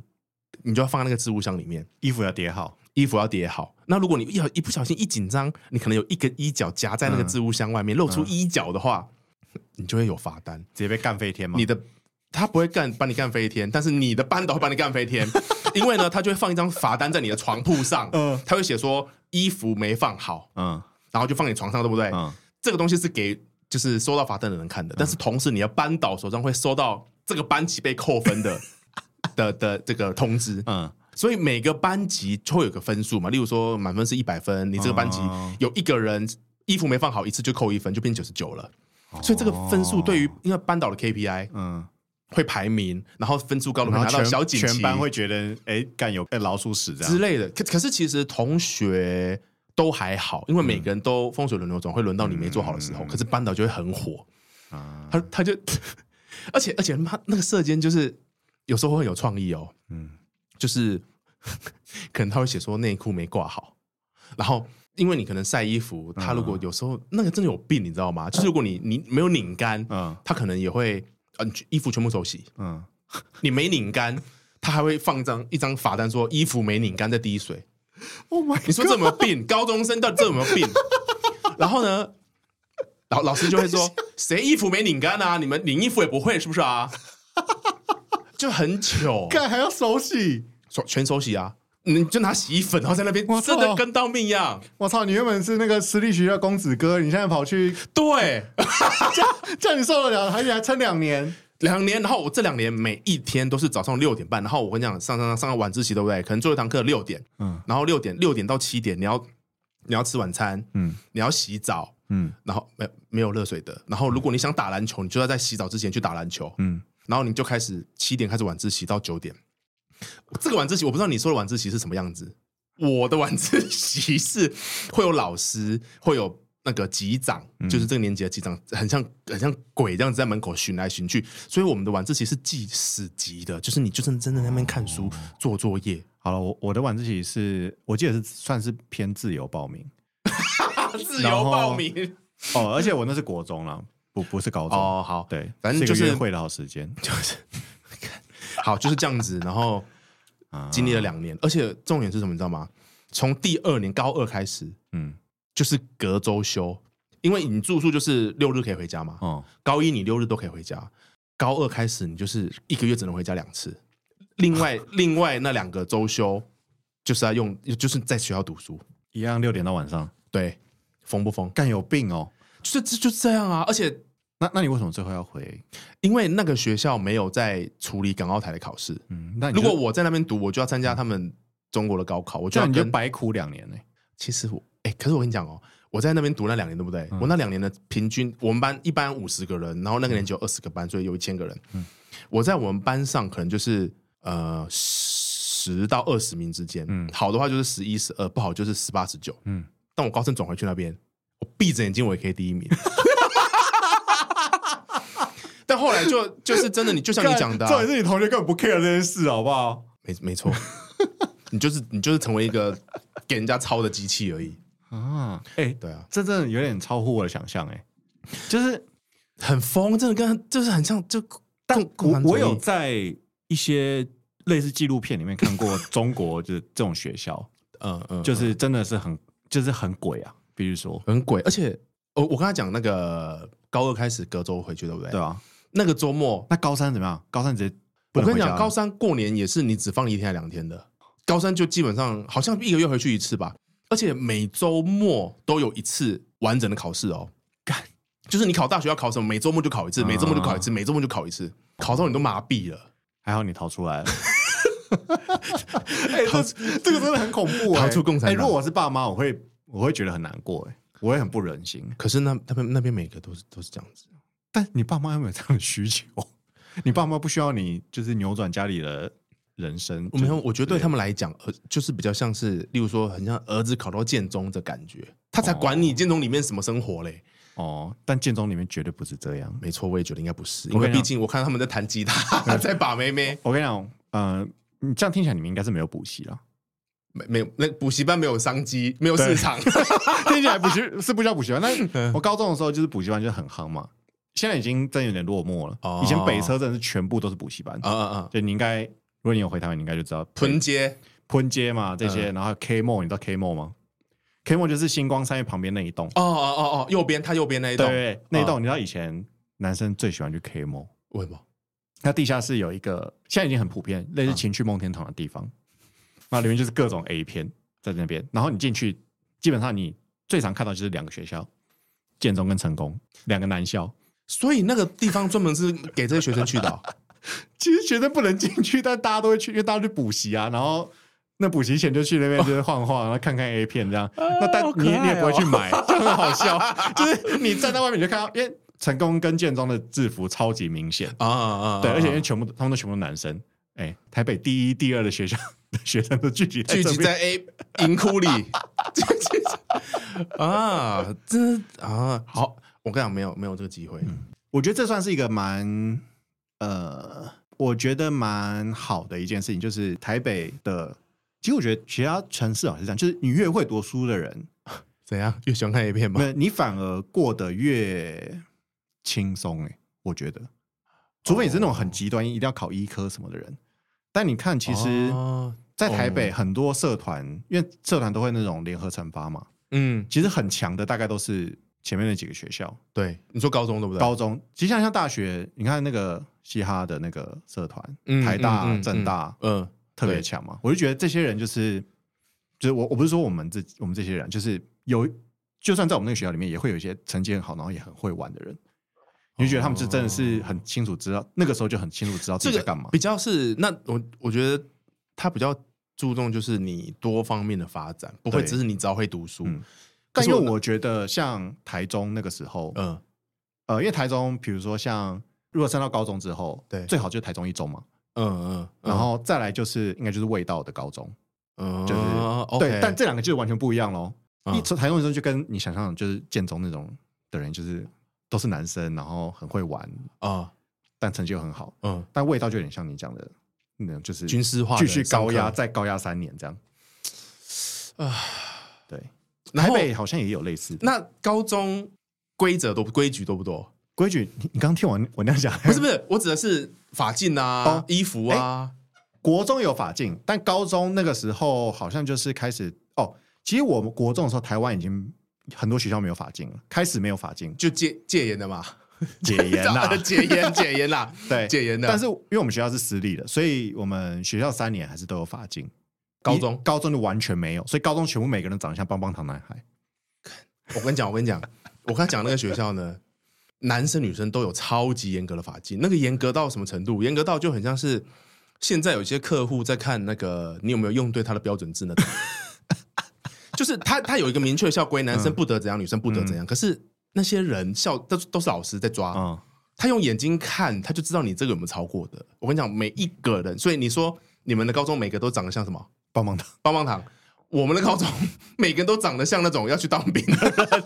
Speaker 2: 你就要放在那个置物箱里面，
Speaker 1: 衣服要叠好。
Speaker 2: 衣服要叠好。那如果你一一不小心一紧张，你可能有一个衣角夹在那个置物箱外面，露出衣角的话，你就会有罚单。
Speaker 1: 直接被干飞天吗？
Speaker 2: 你的他不会干把你干飞天，但是你的班导会把你干
Speaker 1: *laughs*
Speaker 2: 飞天，因为呢，他就会放一张罚单在你的床铺上，
Speaker 1: 嗯
Speaker 2: 他会写说衣服没放好，
Speaker 1: 嗯
Speaker 2: 然后就放你床上，对不对？
Speaker 1: 嗯，
Speaker 2: 这个东西是给就是收到罚单的人看的，但是同时你的班导手上会收到这个班级被扣
Speaker 1: *laughs*
Speaker 2: 分的的的这个通知，
Speaker 1: 嗯
Speaker 2: 所以每个班级就会有个分数嘛，例如说满分是一百分，你这个班级
Speaker 1: 哦
Speaker 2: 有一个人衣服没放好，一次就扣一分，就变九十九了。所以这个分数
Speaker 1: 哦
Speaker 2: 对于因为班导的 KPI
Speaker 1: 嗯，
Speaker 2: 会排名，然后分数高的会
Speaker 1: 然后
Speaker 2: 拿到
Speaker 1: 全
Speaker 2: 小锦旗
Speaker 1: 全班会觉得，哎，干有被老鼠屎这
Speaker 2: 之
Speaker 1: 样。
Speaker 2: 类的。可可是其实同学都还好，因为每个人都风水轮流转，会轮到你没做好的
Speaker 1: 嗯
Speaker 2: 时候。可是班导就会很火，
Speaker 1: 啊
Speaker 2: 他他就， *laughs* 而且而且他那个射箭就是有时候会很有创意哦，
Speaker 1: 嗯
Speaker 2: 就是 *laughs* 可能他会写说内裤没挂好，然后因为你可能晒衣服，他如果
Speaker 1: 嗯
Speaker 2: 有时候、那个真的有病，你知道吗？就是如果你你没有拧干，
Speaker 1: 嗯
Speaker 2: 他可能也会呃你衣服全部手洗，
Speaker 1: 嗯，
Speaker 2: 你没拧干，他还会放一张一张罚单说衣服没拧干在滴水。
Speaker 1: Oh my，
Speaker 2: 你说这有没有
Speaker 1: *laughs*
Speaker 2: 病？高中生到底这有没有病？然后呢，老老师就
Speaker 1: *laughs*
Speaker 2: 会说：“谁衣服没拧干啊？你们拧衣服也不会是不是啊？”就
Speaker 1: *laughs*
Speaker 2: 很糗，
Speaker 1: 干还要手洗？
Speaker 2: 手全手洗啊，你就拿洗衣粉，然后在那边
Speaker 1: 我操
Speaker 2: 真的跟当命一样。
Speaker 1: 我操！你原本是那个私立学校公子哥，你现在跑去
Speaker 2: 对，
Speaker 1: 这样你受得了？而且还撑两年。
Speaker 2: 两年，然后我这两年每一天都是早上六点半，然后我跟你讲，上上上上到晚自习，对不对？可能最后一堂课六点，
Speaker 1: 嗯
Speaker 2: 然后六点六点到七点，你要你要吃晚餐，
Speaker 1: 嗯
Speaker 2: 你要洗澡，
Speaker 1: 嗯
Speaker 2: 然后没没有热水的，然后如果你想打篮球，你就要在洗澡之前去打篮球，
Speaker 1: 嗯，
Speaker 2: 然后你就开始七点开始晚自习到九点。这个晚自习我不知道你说的晚自习是什么样子，我的晚自习是会有老师，会有那个级长，就是这个年级的级长，很像很像鬼这样子在门口巡来巡去，所以我们的晚自习是记死级的，就是你就是真的在那边看书做作业，
Speaker 1: 好了，我我的晚自习是我记得是算是偏自由报名
Speaker 2: 自由报名
Speaker 1: *laughs* 哦，而且我那是国中啦，不不是高中。
Speaker 2: 哦，好，
Speaker 1: 对，
Speaker 2: 反正就是
Speaker 1: 一个约会的好时间。
Speaker 2: 就是， *laughs* 好，就是这样子。然后
Speaker 1: 啊
Speaker 2: 经历了两年，而且重点是什么，你知道吗？从第二年高二开始，
Speaker 1: 嗯，
Speaker 2: 就是隔周休，因为你住宿就是六日可以回家嘛。
Speaker 1: 哦，
Speaker 2: 高一你六日都可以回家，高二开始你就是一个月只能回家两次。
Speaker 1: *laughs*
Speaker 2: 另外，另外那两个周休就是要用，就是在学校读书。
Speaker 1: 一样六点到晚上，
Speaker 2: 对，疯不疯？
Speaker 1: 干有病哦。
Speaker 2: 就就就这样啊！而且
Speaker 1: 那那你为什么最后要回？
Speaker 2: 因为那个学校没有在处理港澳台的考试，
Speaker 1: 嗯，那你
Speaker 2: 如
Speaker 1: 就
Speaker 2: 果我在那边读，我就要参加他们中国的高考，我
Speaker 1: 这
Speaker 2: 就要
Speaker 1: 样你就
Speaker 2: 跟
Speaker 1: 白苦两年呢、欸
Speaker 2: 其实我哎、可是我跟你讲哦，我在那边读那两年，对不
Speaker 1: 嗯
Speaker 2: 对？我那两年的平均，我们班一般五十个人，然后那
Speaker 1: 嗯
Speaker 2: 个年只有二十个班，所以有一千个人。我在我们班上可能就是呃十到二十名之间，
Speaker 1: 嗯
Speaker 2: 好的话就是十一、十二，不好就是十八、十九。
Speaker 1: 嗯，
Speaker 2: 但我高中转回去那边，我闭着眼睛我也可以第一
Speaker 1: *laughs*
Speaker 2: 名。但后来就就是真的，你就像你讲的、啊，
Speaker 1: 重点是你同学根本不 care 这件事，好不好？
Speaker 2: 没没错，你就是你就是成为一个给人家抄的机器而已。
Speaker 1: 啊，哎、
Speaker 2: 对啊，
Speaker 1: 这真的有点超乎我的想象，哎，就是
Speaker 2: 很疯，真的跟就是很像就。
Speaker 1: 但
Speaker 2: 共
Speaker 1: 我
Speaker 2: 产主义
Speaker 1: 我有在一些类似纪录片里面看过中国就是这种学校，
Speaker 2: 嗯嗯，
Speaker 1: 就
Speaker 2: 就
Speaker 1: 是真的是很就是很鬼啊，比如说，
Speaker 2: 很鬼，而且哦我我跟他讲那个高二开始隔周回去，对不对？
Speaker 1: 对啊，
Speaker 2: 那个周末，
Speaker 1: 那高三怎么样？高三直接不
Speaker 2: 我
Speaker 1: 能
Speaker 2: 跟
Speaker 1: 回
Speaker 2: 你
Speaker 1: 家
Speaker 2: 讲，
Speaker 1: 了
Speaker 2: 高三过年也是你只放一天还两天的，高三就基本上好像一个月回去一次吧，而且每周末都有一次完整的考试哦。
Speaker 1: 干，
Speaker 2: 就是你考大学要考什么，每周末就考一次，
Speaker 1: 啊
Speaker 2: 每周末就考一次，每周末就考一次，考到你都麻痹了。
Speaker 1: 还好你逃出来了。 *laughs* 哎、这这个真的很恐怖、哎
Speaker 2: 逃出共产党
Speaker 1: 哎如果我是爸妈，我会我会觉得很难过、哎，我会很不忍心。
Speaker 2: 可是那那边那边每个都是都是这样子，
Speaker 1: 但你爸妈有没有这样的需求？你爸妈不需要你就是扭转家里的人生？
Speaker 2: 我没有，我觉得对他们来讲，呃，就是比较像是，例如说，很像儿子考到建中的感觉，他才管你建中里面什么生活嘞。
Speaker 1: 哦，但建中里面绝对不是这样。
Speaker 2: 没错，我也觉得应该不是，
Speaker 1: 我跟
Speaker 2: 因为
Speaker 1: 你讲
Speaker 2: 毕竟我看他们在弹吉
Speaker 1: 嗯
Speaker 2: 他， *laughs* 在把妹妹，
Speaker 1: 我跟你讲，呃，你这样听起来你们应该是没有补
Speaker 2: *laughs*
Speaker 1: 习啦，
Speaker 2: 没没有那补习班没有商机，没有
Speaker 1: *laughs*
Speaker 2: 市场，
Speaker 1: 听起来补习是不叫补习班。
Speaker 2: 嗯
Speaker 1: 那我高中的时候就是补习班就很夯嘛，现在已经真有点落寞了。
Speaker 2: 哦
Speaker 1: 以前北车真的是全部都是补习班，
Speaker 2: 啊啊啊！
Speaker 1: 就你应该，如果你有回台湾，你应该就知道
Speaker 2: 屯街
Speaker 1: 喷街
Speaker 2: 嗯
Speaker 1: 嘛这些，然后还有 K Mall，你知道 K Mall 吗？K Mall 就是星光三月旁边那一栋，
Speaker 2: 哦哦哦哦，右边他右边那一栋，嗯
Speaker 1: 对，那一栋你知道以前男生最喜欢去 K Mall，
Speaker 2: 为什么？
Speaker 1: 那地下室有一个现在已经很普遍，类
Speaker 2: 嗯
Speaker 1: 似情趣梦天堂的地方，那里面就是各种 A 片在那边，然后你进去，基本上你最常看到就是两个学校，建中跟成功两个男校。
Speaker 2: 所以那个地方专门是给这些学生去
Speaker 1: *laughs*
Speaker 2: 的哦、
Speaker 1: 其实学生不能进去，但大家都会去， *laughs* 因为大家去补习啊，然后。那补习前就去那边就是晃晃，然后看看 A 片这样。那但
Speaker 2: 好可
Speaker 1: 你
Speaker 2: 爱哦
Speaker 1: 你也不会去
Speaker 2: *laughs*
Speaker 1: 买，就很好笑。就是你站在外面你就看到，因为成功跟建中的制服超级明显，
Speaker 2: 啊啊啊啊！
Speaker 1: 对，而且因为全部都他们都全部都男生。哎、台北第一、第二的学校 *laughs* 的学生都聚集在
Speaker 2: 聚
Speaker 1: 这
Speaker 2: 集
Speaker 1: 边
Speaker 2: 在 A 银库里， *laughs* 聚集在 *laughs* 啊，真的啊，好，我跟你讲，没有没有这个机
Speaker 1: 嗯
Speaker 2: 会，
Speaker 1: 我觉得这算是一个蛮呃，我觉得蛮好的一件事情，就是台北的。其实我觉得其他城市好像是这样，就是你越会读书的人，
Speaker 2: 怎样？越喜欢看 A 片吗？
Speaker 1: 那你反而过得越轻松哎，我觉得，除非你是那种很极端，一定要考医科什么的人。但你看，其实
Speaker 2: 哦
Speaker 1: 在台北
Speaker 2: 哦
Speaker 1: 很多社团，因为社团都会那种联合惩罚嘛，
Speaker 2: 嗯，
Speaker 1: 其实很强的大概都是前面那几个学校，
Speaker 2: 对，你说高中对不对？
Speaker 1: 高中。其实像像大学，你看那个嘻哈的那个社团，
Speaker 2: 嗯
Speaker 1: 台大、啊
Speaker 2: 嗯嗯
Speaker 1: 政大、
Speaker 2: 嗯，
Speaker 1: 特别
Speaker 2: 对
Speaker 1: 强嘛。我就觉得这些人就是，就是我我不是说我们这我们这些人，就是有就算在我们那个学校里面，也会有一些成绩很好，然后也很会玩的人。你就觉得他们就真的是很清楚知道，那个时候就很清楚知道自
Speaker 2: 哦这
Speaker 1: 己
Speaker 2: 个
Speaker 1: 在干嘛。
Speaker 2: 比较是那我我觉得他比较注重就是你多方面的发展，不会
Speaker 1: 对
Speaker 2: 只是你只要会读书
Speaker 1: 嗯。但因为我觉得像台中那个时候，
Speaker 2: 嗯，
Speaker 1: 呃，因为台中，比如说像如果升到高中之后，
Speaker 2: 对
Speaker 1: 最好就是台中一中嘛，
Speaker 2: 嗯嗯，
Speaker 1: 然后再来就是应该就是味道的高中，
Speaker 2: 嗯，
Speaker 1: 就是对，但这两个就是完全不一样喽。
Speaker 2: 嗯
Speaker 1: 一从台中一中就跟你想象的就是建中那种的人，就是都是男生，然后很会玩，
Speaker 2: 啊，
Speaker 1: 但成绩又很好，
Speaker 2: 嗯，
Speaker 1: 但味道就有点像你讲的那种，就是
Speaker 2: 军事化的
Speaker 1: 继续高压，
Speaker 2: 上课
Speaker 1: 再高压三年这样。啊，对，
Speaker 2: 然
Speaker 1: 台
Speaker 2: 后
Speaker 1: 北好像也有类似的
Speaker 2: 那高中规则多规矩多不多？
Speaker 1: 规矩。你你刚听完我那样讲， *laughs*
Speaker 2: 不是不是，我指的是法禁啊
Speaker 1: 哦、
Speaker 2: 衣服啊，
Speaker 1: 国中有法禁，但高中那个时候好像就是开始哦。其实我们国中的时候，台湾已经很多学校没有法禁了，开始没有法禁
Speaker 2: 就戒戒严的嘛，，
Speaker 1: 解严啦
Speaker 2: *laughs* 戒严啊戒严 *laughs* 啦，
Speaker 1: 对，
Speaker 2: 戒严的。
Speaker 1: 但是因为我们学校是私立的，所以我们学校三年还是都有法禁。
Speaker 2: 高中
Speaker 1: 一高中就完全没有，所以高中全部每个人长得像棒棒糖男孩。
Speaker 2: 我跟你讲，我跟你讲，我刚才讲那个学校呢，男生女生都有超级严格的法纪，那个严格到什么程度？严格到就很像是现在有些客户在看那个你有没有用对他的标准字那种， *laughs* 就是他他有一个明确的校规，男生不得怎样，女生不得怎样。可是那些人校都都是老师在抓，
Speaker 1: 嗯，
Speaker 2: 他用眼睛看，他就知道你这个有没有超过的。我跟你讲，每一个人，所以你说你们的高中每个都长得像什么？
Speaker 1: 棒棒糖。 *laughs*
Speaker 2: 棒棒糖。我们的高中 *laughs* 每个人都长得像那种要去当兵的人，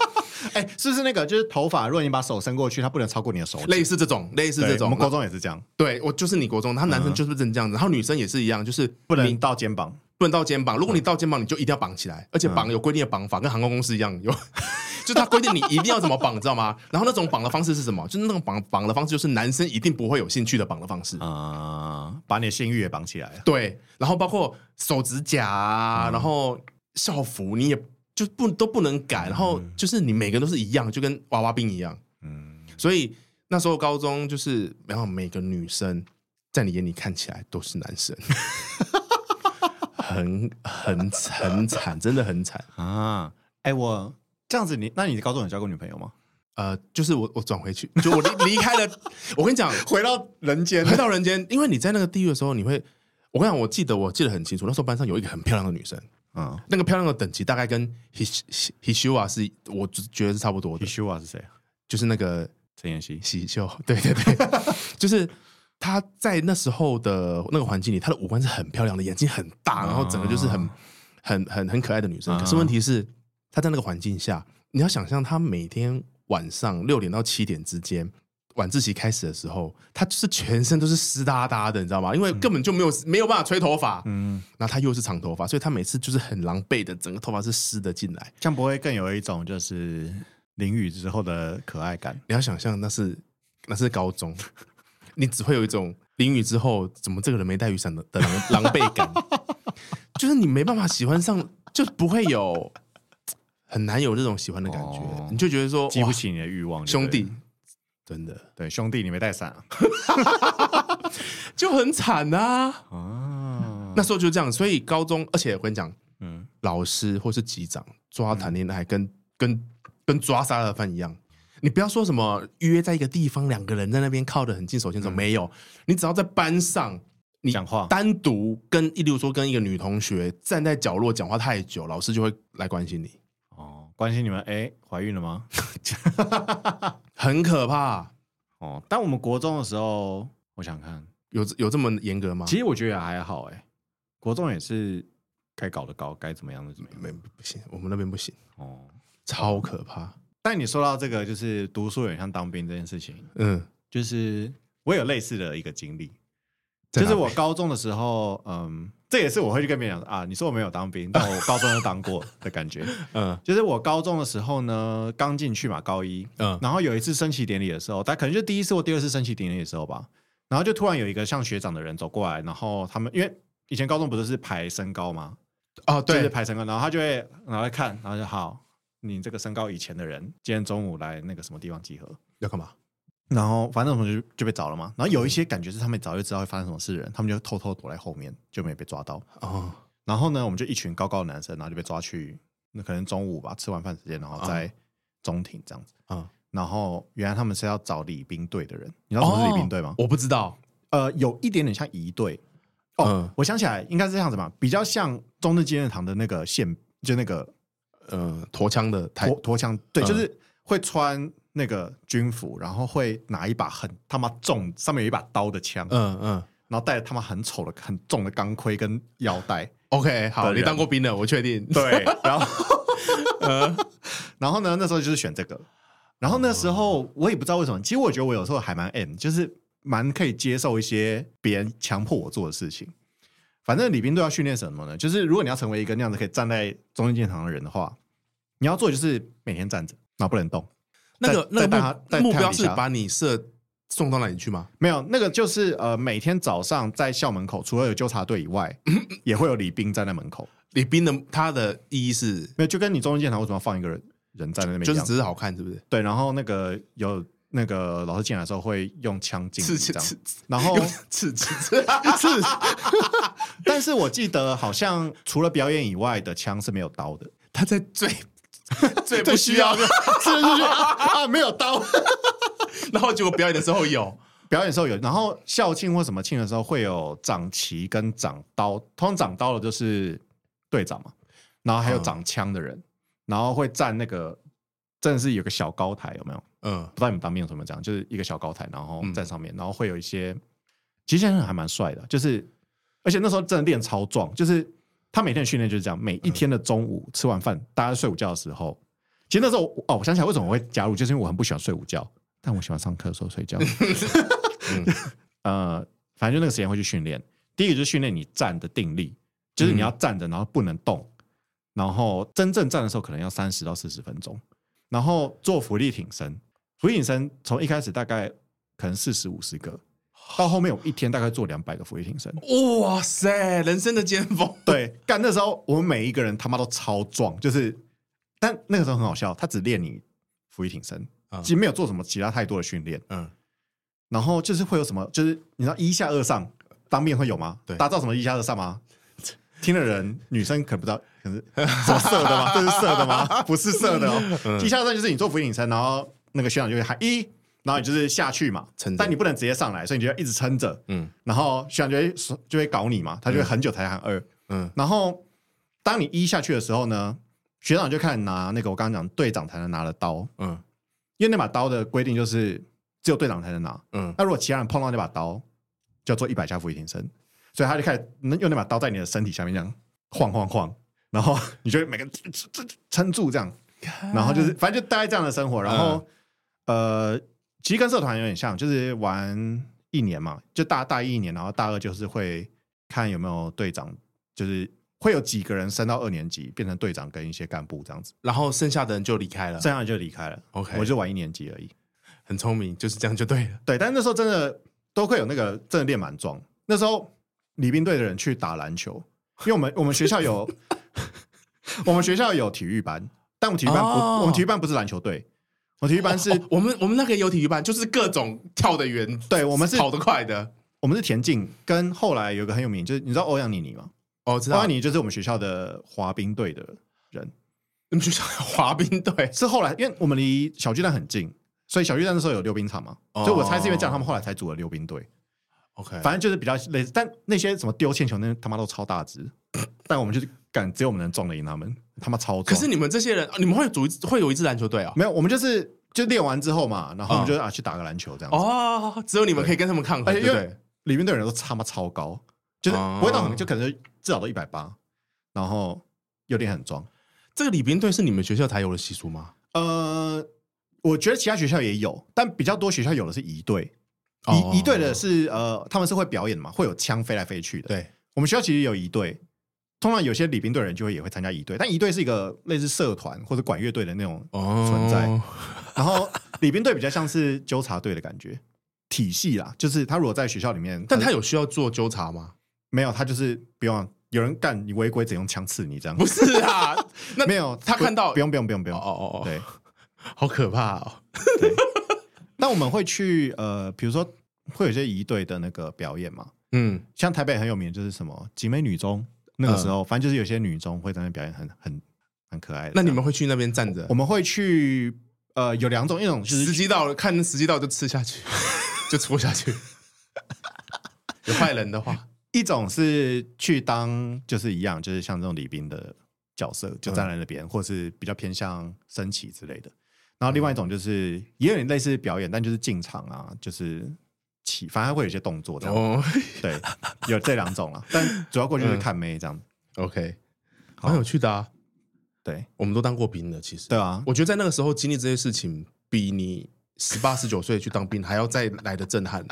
Speaker 1: 哎、是不是那个就是头发？如果你把手伸过去，它不能超过你的手指。
Speaker 2: 类似这种，类似
Speaker 1: 对
Speaker 2: 这
Speaker 1: 我
Speaker 2: 种。
Speaker 1: 们高中也是这样，
Speaker 2: 对我就是你国中，他男生就是真这样子，然后女生也是一样，就是
Speaker 1: 不
Speaker 2: 你
Speaker 1: 能到肩膀。
Speaker 2: 不能到肩膀，如果你到肩膀，你就一定要绑起
Speaker 1: 嗯
Speaker 2: 来，而且绑有规定的绑法，跟航空公司一样有。 *laughs* 就他规定你一定要怎么绑，你知道吗？然后那种绑的方式是什么？就是那种绑绑的方式，就是男生一定不会有兴趣的绑的方式。
Speaker 1: 啊、把你的性欲也绑起来了。
Speaker 2: 对，然后包括手指甲啊，然后校服你也就不都不能改，然后就是你每个都是一样，就跟娃娃兵一样。
Speaker 1: 嗯，
Speaker 2: 所以那时候高中就是，然后每个女生在你眼里看起来都是男生， *laughs* 很很很惨，真的很惨。
Speaker 1: 啊，哎、我这样子你，那你高中有交过女朋友吗？
Speaker 2: 呃，就是我我转回去，就我离离开了。我跟你讲，
Speaker 1: *laughs* 回到人间
Speaker 2: 回到人间，因为你在那个地狱的时候，你会，我跟你讲，我记得我记得很清楚，那时候班上有一个很漂亮的女生，
Speaker 1: 嗯，
Speaker 2: 那个漂亮的等级大概跟 Hish Hishua 是，我觉得是差不多
Speaker 1: 伊
Speaker 2: 的，
Speaker 1: 修啊是谁？
Speaker 2: 就是那个
Speaker 1: 陈妍希。
Speaker 2: 喜秀， *laughs* 对对
Speaker 1: *laughs*
Speaker 2: 对，就是她在那时候的那个环境里，她的五官是很漂亮的，眼睛很大，然后整个就是很
Speaker 1: 啊
Speaker 2: 很很很可爱的女生。
Speaker 1: 啊
Speaker 2: 可是问题是，她在那个环境下，你要想象她每天晚上六点到七点之间。晚自习开始的时候，她就是全身都是湿哒哒的，你知道吗？因为根本就没有、没有办法吹头发，
Speaker 1: 嗯，
Speaker 2: 然后她又是长头发，所以她每次就是很狼狈的，整个头发是湿的进来。
Speaker 1: 这样不会更有一种就是淋雨之后的可爱感？
Speaker 2: 你要想象那是那是高中， *laughs* 你只会有一种淋雨之后怎么这个人没带雨伞的的狼狼
Speaker 1: *laughs*
Speaker 2: 狈感，就是你没办法喜欢上，就不会有很难有这种喜欢的感觉，
Speaker 1: 哦
Speaker 2: 你就觉得说
Speaker 1: 激不
Speaker 2: 哇
Speaker 1: 起你的欲望，
Speaker 2: 兄
Speaker 1: 对
Speaker 2: 弟
Speaker 1: 不对，
Speaker 2: 真的
Speaker 1: 对兄弟，你没带伞 *laughs* 啊？
Speaker 2: 就很惨啊。
Speaker 1: 啊，
Speaker 2: 那时候就这样，所以高中，而且我跟你讲，
Speaker 1: 嗯，
Speaker 2: 老师或是级长抓谈恋爱跟，跟跟抓杀人犯一样。你不要说什么约在一个地方，两个人在那边靠得很近，手牵
Speaker 1: 嗯
Speaker 2: 手、没有，你只要在班上。你
Speaker 1: 讲话
Speaker 2: 单独跟，例如说跟一个女同学站在角落讲话太久，老师就会来关心你，
Speaker 1: 哦，关心你们，哎，怀孕了 *laughs* 吗？
Speaker 2: 很可怕。
Speaker 1: 哦，但我们国中的时候，我想看，
Speaker 2: 有有这么严格吗？
Speaker 1: 其实我觉得也还好，哎，国中也是该搞的搞，该怎么样的怎么样。
Speaker 2: 没不行，我们那边不行，
Speaker 1: 哦，
Speaker 2: 超可怕。
Speaker 1: 但你说到这个，就是读书有点像当兵这件事情，
Speaker 2: 嗯，
Speaker 1: 就是我有类似的一个经历，
Speaker 2: 在
Speaker 1: 就是 *laughs*
Speaker 2: 哪
Speaker 1: 我高中的时候，嗯，这也是我会去跟别人讲说啊，你说我没有当兵，但我高中就当过的感觉。
Speaker 2: 嗯
Speaker 1: 就是我高中的时候呢，刚进去嘛，高一，
Speaker 2: 嗯
Speaker 1: 然后有一次升旗典礼的时候，但可能就第一次或第二次升旗典礼的时候吧，然后就突然有一个像学长的人走过来，然后他们因为以前高中不都是排身高吗？
Speaker 2: 哦
Speaker 1: 就是
Speaker 2: 对，
Speaker 1: 排身高，然后他就会然后会看，然后就好，你这个身高以前的人，今天中午来那个什么地方集合，
Speaker 2: 要干嘛？
Speaker 1: 然后反正我们就就被找了嘛。然后有一些感觉是他们早就知道会发生什么事的人，他们就偷偷躲在后面，就没被抓到。
Speaker 2: 哦，
Speaker 1: 然后呢，我们就一群高高的男生，然后就被抓去，那可能中午吧，吃完饭时间，然后在中庭这样子。
Speaker 2: 嗯，
Speaker 1: 然后原来他们是要找礼兵队的人，你知
Speaker 2: 然
Speaker 1: 道什么是礼兵队吗？
Speaker 2: 哦我不知道。
Speaker 1: 呃，有一点点像仪队。哦，
Speaker 2: 嗯
Speaker 1: 我想起来，应该是这样子嘛，比较像中日纪念堂的那个宪，就那个
Speaker 2: 呃驼枪的台
Speaker 1: 驼驼枪，对，
Speaker 2: 嗯
Speaker 1: 就是会穿那个军服，然后会拿一把很他妈重，上面有一把刀的枪，
Speaker 2: 嗯嗯
Speaker 1: 然后戴着他妈很丑的、很重的钢盔跟腰带，
Speaker 2: ，OK，好，
Speaker 1: 的
Speaker 2: 你
Speaker 1: 人
Speaker 2: 当过兵的，我确定。 *laughs*
Speaker 1: 对，然后，呃然后呢，那时候就是选这个，然后那时候我也不知道为什么，其实我觉得我有时候还蛮 M，就是蛮可以接受一些别人强迫我做的事情。反正李兵队要训练什么呢？就是如果你要成为一个那样子可以站在中间建堂的人的话，你要做的就是每天站着，然后不能动。
Speaker 2: 那个
Speaker 1: 在
Speaker 2: 那
Speaker 1: 在
Speaker 2: 个
Speaker 1: 大在
Speaker 2: 目目
Speaker 1: 太阳
Speaker 2: 标
Speaker 1: 底
Speaker 2: 是
Speaker 1: 下
Speaker 2: 把你射送到哪里去吗？
Speaker 1: 没有，那个就是呃，每天早上在校门口，除了有纠察队以外， *coughs* 也会有礼兵站在门口。
Speaker 2: 李斌的他的意义是，
Speaker 1: 没有，就跟你中间建堂为什么要放一个人人站在那边一
Speaker 2: 就
Speaker 1: 样，嗯
Speaker 2: 是只是好看，是不是？
Speaker 1: 对，然后那个有那个老师进来的时候会用枪进
Speaker 2: 刺
Speaker 1: 这
Speaker 2: 刺
Speaker 1: 样，哦
Speaker 2: 刺
Speaker 1: 然后
Speaker 2: 刺刺
Speaker 1: *laughs*
Speaker 2: 刺，
Speaker 1: 刺，但是我记得好像除了表演以外的枪是没有刀的，
Speaker 2: 他在
Speaker 1: *laughs*
Speaker 2: 最最不需要，
Speaker 1: 的
Speaker 2: *laughs*
Speaker 1: 刺出去啊，没有刀。
Speaker 2: 然后结果表演的时候有，
Speaker 1: 表演的时候有，然后校庆或什么庆的时候会有长旗跟长刀，通常长刀的就是队长嘛，然后还有
Speaker 2: 嗯
Speaker 1: 长枪的人，然后会站那个真的是有个小高台，有没有？
Speaker 2: 嗯
Speaker 1: 不知道你们当兵有什么讲，就是一个小高台，然后
Speaker 2: 嗯
Speaker 1: 站上面，然后会有一些，其实现在还蛮帅的，就是而且那时候真的练超壮，就是他每天的训练就是这样，每一天的中午吃完饭，大家睡午觉的时候，其实那时候我哦，我想起来为什么我会加入，就是因为我很不喜欢睡午觉，但我喜欢上课的时候睡觉。 *laughs* 呃，反正就那个时间会去训练，第一个就是训练你站的定力，就是你要站着，然后不能动，然后真正站的时候可能要三十到四十分钟，然后做浮力挺身，浮力挺身从一开始大概可能四十五十个，到后面我一天大概做两百个浮力挺身。
Speaker 2: 哇塞，人生的尖 *laughs* 峰，
Speaker 1: 对，干那时候我们每一个人他妈都超壮，就是，但那个时候很好笑，他只练你浮力挺身
Speaker 2: 嗯，
Speaker 1: 其实没有做什么其他太多的训练，
Speaker 2: 嗯，
Speaker 1: 然后就是会有什么，就是你知道一下二上当面会有吗？
Speaker 2: 对
Speaker 1: 大家知道什么一下二上吗？听的人女生可能不知道，可是什么色的吗？ *laughs* 这是色的吗？不是色的
Speaker 2: 嗯
Speaker 1: 哦。一下二上就是你做俯卧撑，然后那个学长就会喊一，然后你就是下去嘛
Speaker 2: 撑着，
Speaker 1: 但你不能直接上来，所以你就要一直撑着。
Speaker 2: 嗯
Speaker 1: 嗯，然后学长就会就会搞你嘛，他就会很久才喊二。
Speaker 2: 嗯
Speaker 1: 嗯，然后当你一下去的时候呢，学长就看拿那个我刚刚讲队长才能拿的刀，
Speaker 2: 嗯
Speaker 1: 因为那把刀的规定就是只有队长才能拿。
Speaker 2: 嗯，
Speaker 1: 那如果其他人碰到那把刀，就要做一百下俯卧撑，所以他就开始用那把刀在你的身体下面这样晃晃晃，然后你就每个人撑住这样，然后就是反正就大概这样的生活。然后、呃，其实跟社团有点像，就是玩一年嘛，就大大一一年，然后大二就是会看有没有队长，就是会有几个人升到二年级变成队长跟一些干部这样子，
Speaker 2: 然后剩下的人就离开了，
Speaker 1: 这样就离开了。
Speaker 2: 嗯 OK
Speaker 1: 我就玩一年级而已。
Speaker 2: 很聪明，就是这样就对了，
Speaker 1: 对，但那时候真的都会有那个真的练蛮壮。那时候礼兵队的人去打篮球，因为我们 *laughs* 我们学校
Speaker 2: *laughs*
Speaker 1: 有我们学校有体育班，但我们体育班不，
Speaker 2: 哦
Speaker 1: 我们体育班不是篮球队，我们体育班是、
Speaker 2: 哦我们我们那个有体育班，就是各种跳得远，
Speaker 1: 对，我们是
Speaker 2: 跑得快的，
Speaker 1: 我们是田径，跟后来有一个很有名，就是你知道欧阳妮妮吗？
Speaker 2: 哦，知
Speaker 1: 欧
Speaker 2: 道
Speaker 1: 阳妮妮就是我们学校的滑冰队的人，
Speaker 2: 你们学校有滑冰队，
Speaker 1: 是后来因为我们离小巨蛋很近。所以小巨蛋那时候有溜冰场嘛，
Speaker 2: 哦
Speaker 1: 所以我猜是因为这样，他们后来才组了溜冰队。
Speaker 2: OK，
Speaker 1: 反正就是比较类似，但那些什么丢铅球那他妈都超大只，但我们就是敢，只有我们能撞得赢他们，他妈超壮。
Speaker 2: 可是你们这些人，哦你们会组一支会有一支篮球队啊、
Speaker 1: 没有，我们就是就练完之后嘛，然后我们就、啊去打个篮球这样子。
Speaker 2: 嗯哦？只有你们可以跟他们抗衡，
Speaker 1: 而且
Speaker 2: 对不
Speaker 1: 因为
Speaker 2: 对？
Speaker 1: 里面的人都他妈超高，就是
Speaker 2: 哦
Speaker 1: 不会到很，就可能就至少都一百八，然后有点很壮。
Speaker 2: 这个礼宾队是你们学校才有的习俗吗？
Speaker 1: 呃，我觉得其他学校也有，但比较多学校有的是一队，
Speaker 2: 哦
Speaker 1: 一一队的是呃，他们是会表演的嘛，会有枪飞来飞去的。
Speaker 2: 对，
Speaker 1: 我们学校其实有一队，通常有些礼宾队人就会也会参加一队，但一队是一个类似社团或者管乐队的那种，
Speaker 2: 哦
Speaker 1: 存在然后礼宾队比较像是纠察队的感觉体系啦，就是他如果在学校里面，
Speaker 2: 但
Speaker 1: 是
Speaker 2: 他有需要做纠察吗？
Speaker 1: 没有，他就是不用有人干你违规，只用枪刺你这样
Speaker 2: 不，是啊， *laughs* 那
Speaker 1: 没有
Speaker 2: 他看到
Speaker 1: 不用不用不用不
Speaker 2: 哦
Speaker 1: 用，
Speaker 2: 哦哦，
Speaker 1: 对。
Speaker 2: 好可怕哦！
Speaker 1: 那我们会去呃，比如说会有一些一队的那个表演嘛，
Speaker 2: 嗯，
Speaker 1: 像台北很有名的就是什么集美女中，那个时候、反正就是有些女中会在那边表演很很很可爱的这样。
Speaker 2: 那你们会去那边站着
Speaker 1: 我？们会去呃有两种，一种就是
Speaker 2: 时机到了，看时机到就吃下 *laughs* 去，就戳下 *laughs* 去。有坏人的话，
Speaker 1: 一种是去当就是一样，就是像这种礼宾的角色，就
Speaker 2: 嗯
Speaker 1: 站在那边，或是比较偏向升旗之类的。然后另外一
Speaker 2: 嗯
Speaker 1: 种就是也有点类似表演，但就是进场啊，就是起，反正会有一些动作这样。
Speaker 2: 哦嗯
Speaker 1: 对，有这两
Speaker 2: *laughs*
Speaker 1: 种啊，但主要过去就是看妹这样。
Speaker 2: ，OK，蛮有趣的啊。
Speaker 1: 对
Speaker 2: 我们都当过兵的，其实
Speaker 1: 对啊，
Speaker 2: 我觉得在那个时候经历这些事情，比你十八十九岁去当兵还要再来的震撼，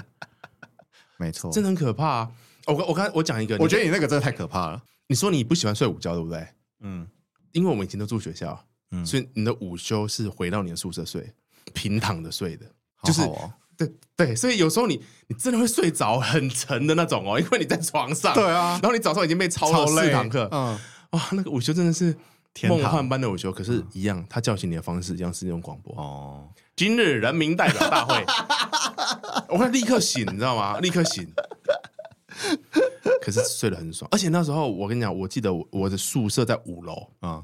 Speaker 1: 没错。
Speaker 2: 真的很可怕、啊。我刚我刚我讲一个，
Speaker 1: 我觉
Speaker 2: 得
Speaker 1: 得你那个真的太可怕了。
Speaker 2: 你说你不喜欢睡午觉，对不对？
Speaker 1: 嗯
Speaker 2: 因为我们以前都住学校，
Speaker 1: 嗯，
Speaker 2: 所以你的午休是回到你的宿舍睡，平躺着睡的。
Speaker 1: 好
Speaker 2: 就是
Speaker 1: 好哦
Speaker 2: 对对，所以有时候你你真的会睡着很沉的那种哦，因为你在床上，
Speaker 1: 对啊
Speaker 2: 然后你早上已经被操
Speaker 1: 超
Speaker 2: 了
Speaker 1: 累
Speaker 2: 四堂课，
Speaker 1: 嗯，
Speaker 2: 哇，那个午休真的是
Speaker 1: 天堂嗯
Speaker 2: 梦幻般的午休，可是，一样，他叫醒你的方式一样是用广播。
Speaker 1: 哦，
Speaker 2: 今日人民代表大会，我会立刻醒，你知道吗？立刻醒。可是睡得很爽，而且那时候我跟你讲，我记得我我的宿舍在五楼，
Speaker 1: 嗯，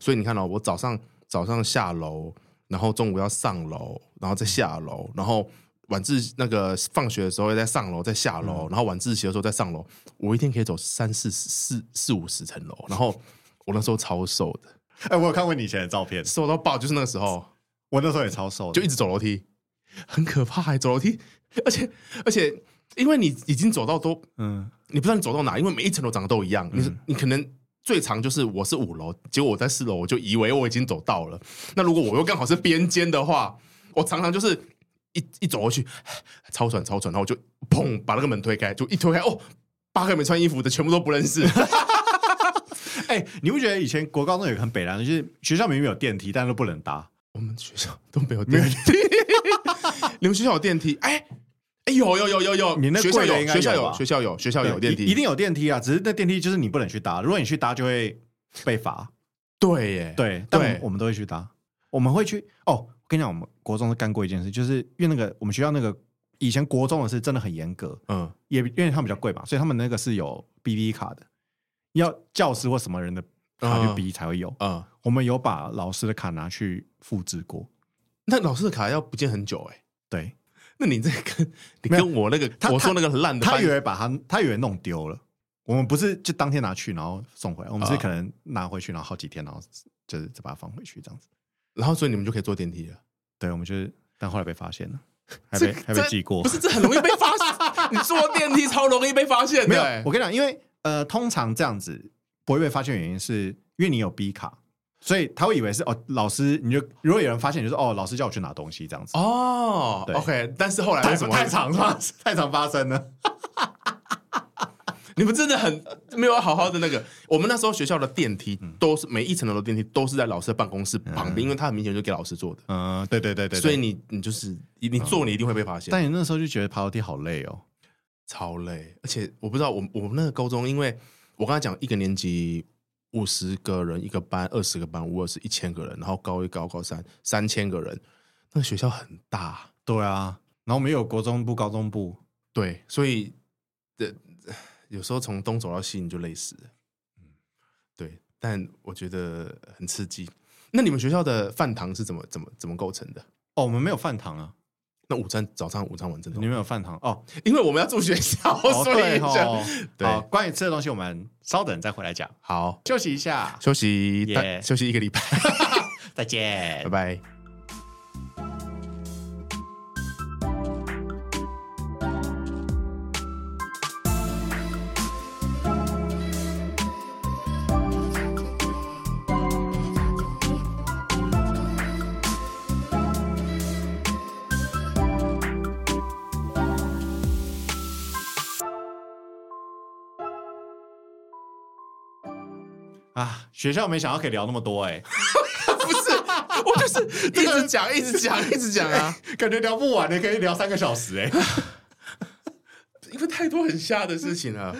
Speaker 2: 所以你看哦到、我早上早上下楼，然后中午要上楼，然后再下楼，然后晚自那个放学的时候要再上楼，再下楼，然后晚自习的时候再上楼。我一天可以走三四四四五十层楼，然后我那时候超瘦的，
Speaker 1: 哎，我有看过你以前的照片，
Speaker 2: 瘦到爆，就是那个时候
Speaker 1: 我那时候也超瘦的，
Speaker 2: 就一直走楼梯，很可怕、欸，走楼梯，而且而且因为你已经走到都
Speaker 1: 嗯，
Speaker 2: 你不知道你走到哪，因为每一层楼长得都一样。你、你可能最长就是我是五楼，结果我在四楼，我就以为我已经走到了。那如果我又刚好是边间的话，我常常就是一一走过去，超喘超喘，然后我就砰把那个门推开，就一推开，哦，八个没穿衣服的全部都不认识。
Speaker 1: 哎、你不觉得以前国高中有一个很北蓝的，就是学校明明有电梯，但都不能搭？
Speaker 2: 我们学校都没有电梯， *laughs* 你们学校有电梯？哎哎，有有有有有，
Speaker 1: 你那
Speaker 2: 学校
Speaker 1: 贵的
Speaker 2: 有
Speaker 1: 应该
Speaker 2: 学校
Speaker 1: 有吧
Speaker 2: 有学校有学校有电梯，
Speaker 1: 一一定有电梯啊！只是那电梯就是你不能去搭，如果你去搭就会被罚。
Speaker 2: 对耶，
Speaker 1: 对，但我们
Speaker 2: 对
Speaker 1: 我们都会去搭，我们会去哦。我跟你讲，我们国中是干过一件事，就是因为那个我们学校那个以前国中的是真的很严格，
Speaker 2: 嗯，
Speaker 1: 也因为他们比较贵嘛，所以他们那个是有 BB 卡的，要教师或什么人的卡去
Speaker 2: 嗯
Speaker 1: B 才会有。
Speaker 2: 嗯，
Speaker 1: 我们有把老师的卡拿去复制过，
Speaker 2: 那老师的卡要不见很久哎。
Speaker 1: 对
Speaker 2: 那你这跟你
Speaker 1: 没有
Speaker 2: 跟我那个
Speaker 1: 他
Speaker 2: 我说那个烂的
Speaker 1: 他
Speaker 2: 班
Speaker 1: 以为把他他以为弄丢了。我们不是就当天拿去，然后送回来，我们是
Speaker 2: 啊
Speaker 1: 可能拿回去，然后好几天，然后就是再把它放回去这样子。
Speaker 2: 然后所以你们就可以坐电梯了。
Speaker 1: 对，我们就是，但后来被发现了，还被
Speaker 2: 这
Speaker 1: 还被记过
Speaker 2: 不。是这很容易被发现，你坐电梯超容易被发现的。
Speaker 1: *laughs*
Speaker 2: 欸
Speaker 1: 没有，我跟你讲，因为呃，通常这样子不会被发现，原因是因为你有 B 卡，所以他会以为是哦，老师你就如果有人发现，你就是哦，老师叫我去拿东西这样子。
Speaker 2: 哦
Speaker 1: 对
Speaker 2: ，OK，但是后来
Speaker 1: 太
Speaker 2: 为什么
Speaker 1: 太？常发 *laughs* 太常发生
Speaker 2: *laughs*
Speaker 1: 了。
Speaker 2: 你们真的很没有好好的那个。我们那时候学校的电梯
Speaker 1: 嗯
Speaker 2: 都是每一层楼的电梯都是在老师的办公室旁边，因为他很明显就给老师做的，
Speaker 1: 嗯，对对对嗯对对嗯
Speaker 2: 所以你你就是你你坐你一定会被发现。
Speaker 1: 但你那时候就觉得爬楼梯好累哦。
Speaker 2: 超累，而且我不知道我们我们那个高中，因为我刚才讲一个年级五十个人一个班，二十个班，五二是一千个人，然后高一高高三三千个人，那个学校很大，
Speaker 1: 对啊，然后我们也有国中部、高中部，
Speaker 2: 对，所以的有时候从东走到西你就累死了，嗯对，但我觉得很刺激。那你们学校的饭堂是怎么怎么怎么构成的？
Speaker 1: 哦，我们没有饭堂啊，
Speaker 2: 那午餐、早餐、午餐、晚餐都
Speaker 1: 你，们有饭堂 *laughs* 哦。
Speaker 2: 因为我们要住学校，
Speaker 1: 哦，
Speaker 2: 所以
Speaker 1: 对 *laughs*
Speaker 2: 就、
Speaker 1: 哦，
Speaker 2: 嗯对
Speaker 1: 好，关于吃的东西，我们稍等再回来讲，
Speaker 2: 好
Speaker 1: 休息一下，
Speaker 2: 休息大
Speaker 1: Yeah
Speaker 2: 休息一个礼拜，
Speaker 1: 再见
Speaker 2: 拜。拜。 *laughs*
Speaker 1: 啊，学校没想到可以聊那么多哎、
Speaker 2: 不是，我就是 *laughs* 一直讲，一直讲，一直讲 *laughs* 啊，
Speaker 1: *laughs* 感觉聊不完的，可以聊三个小时哎、
Speaker 2: *laughs* 因为太多很瞎的事情了。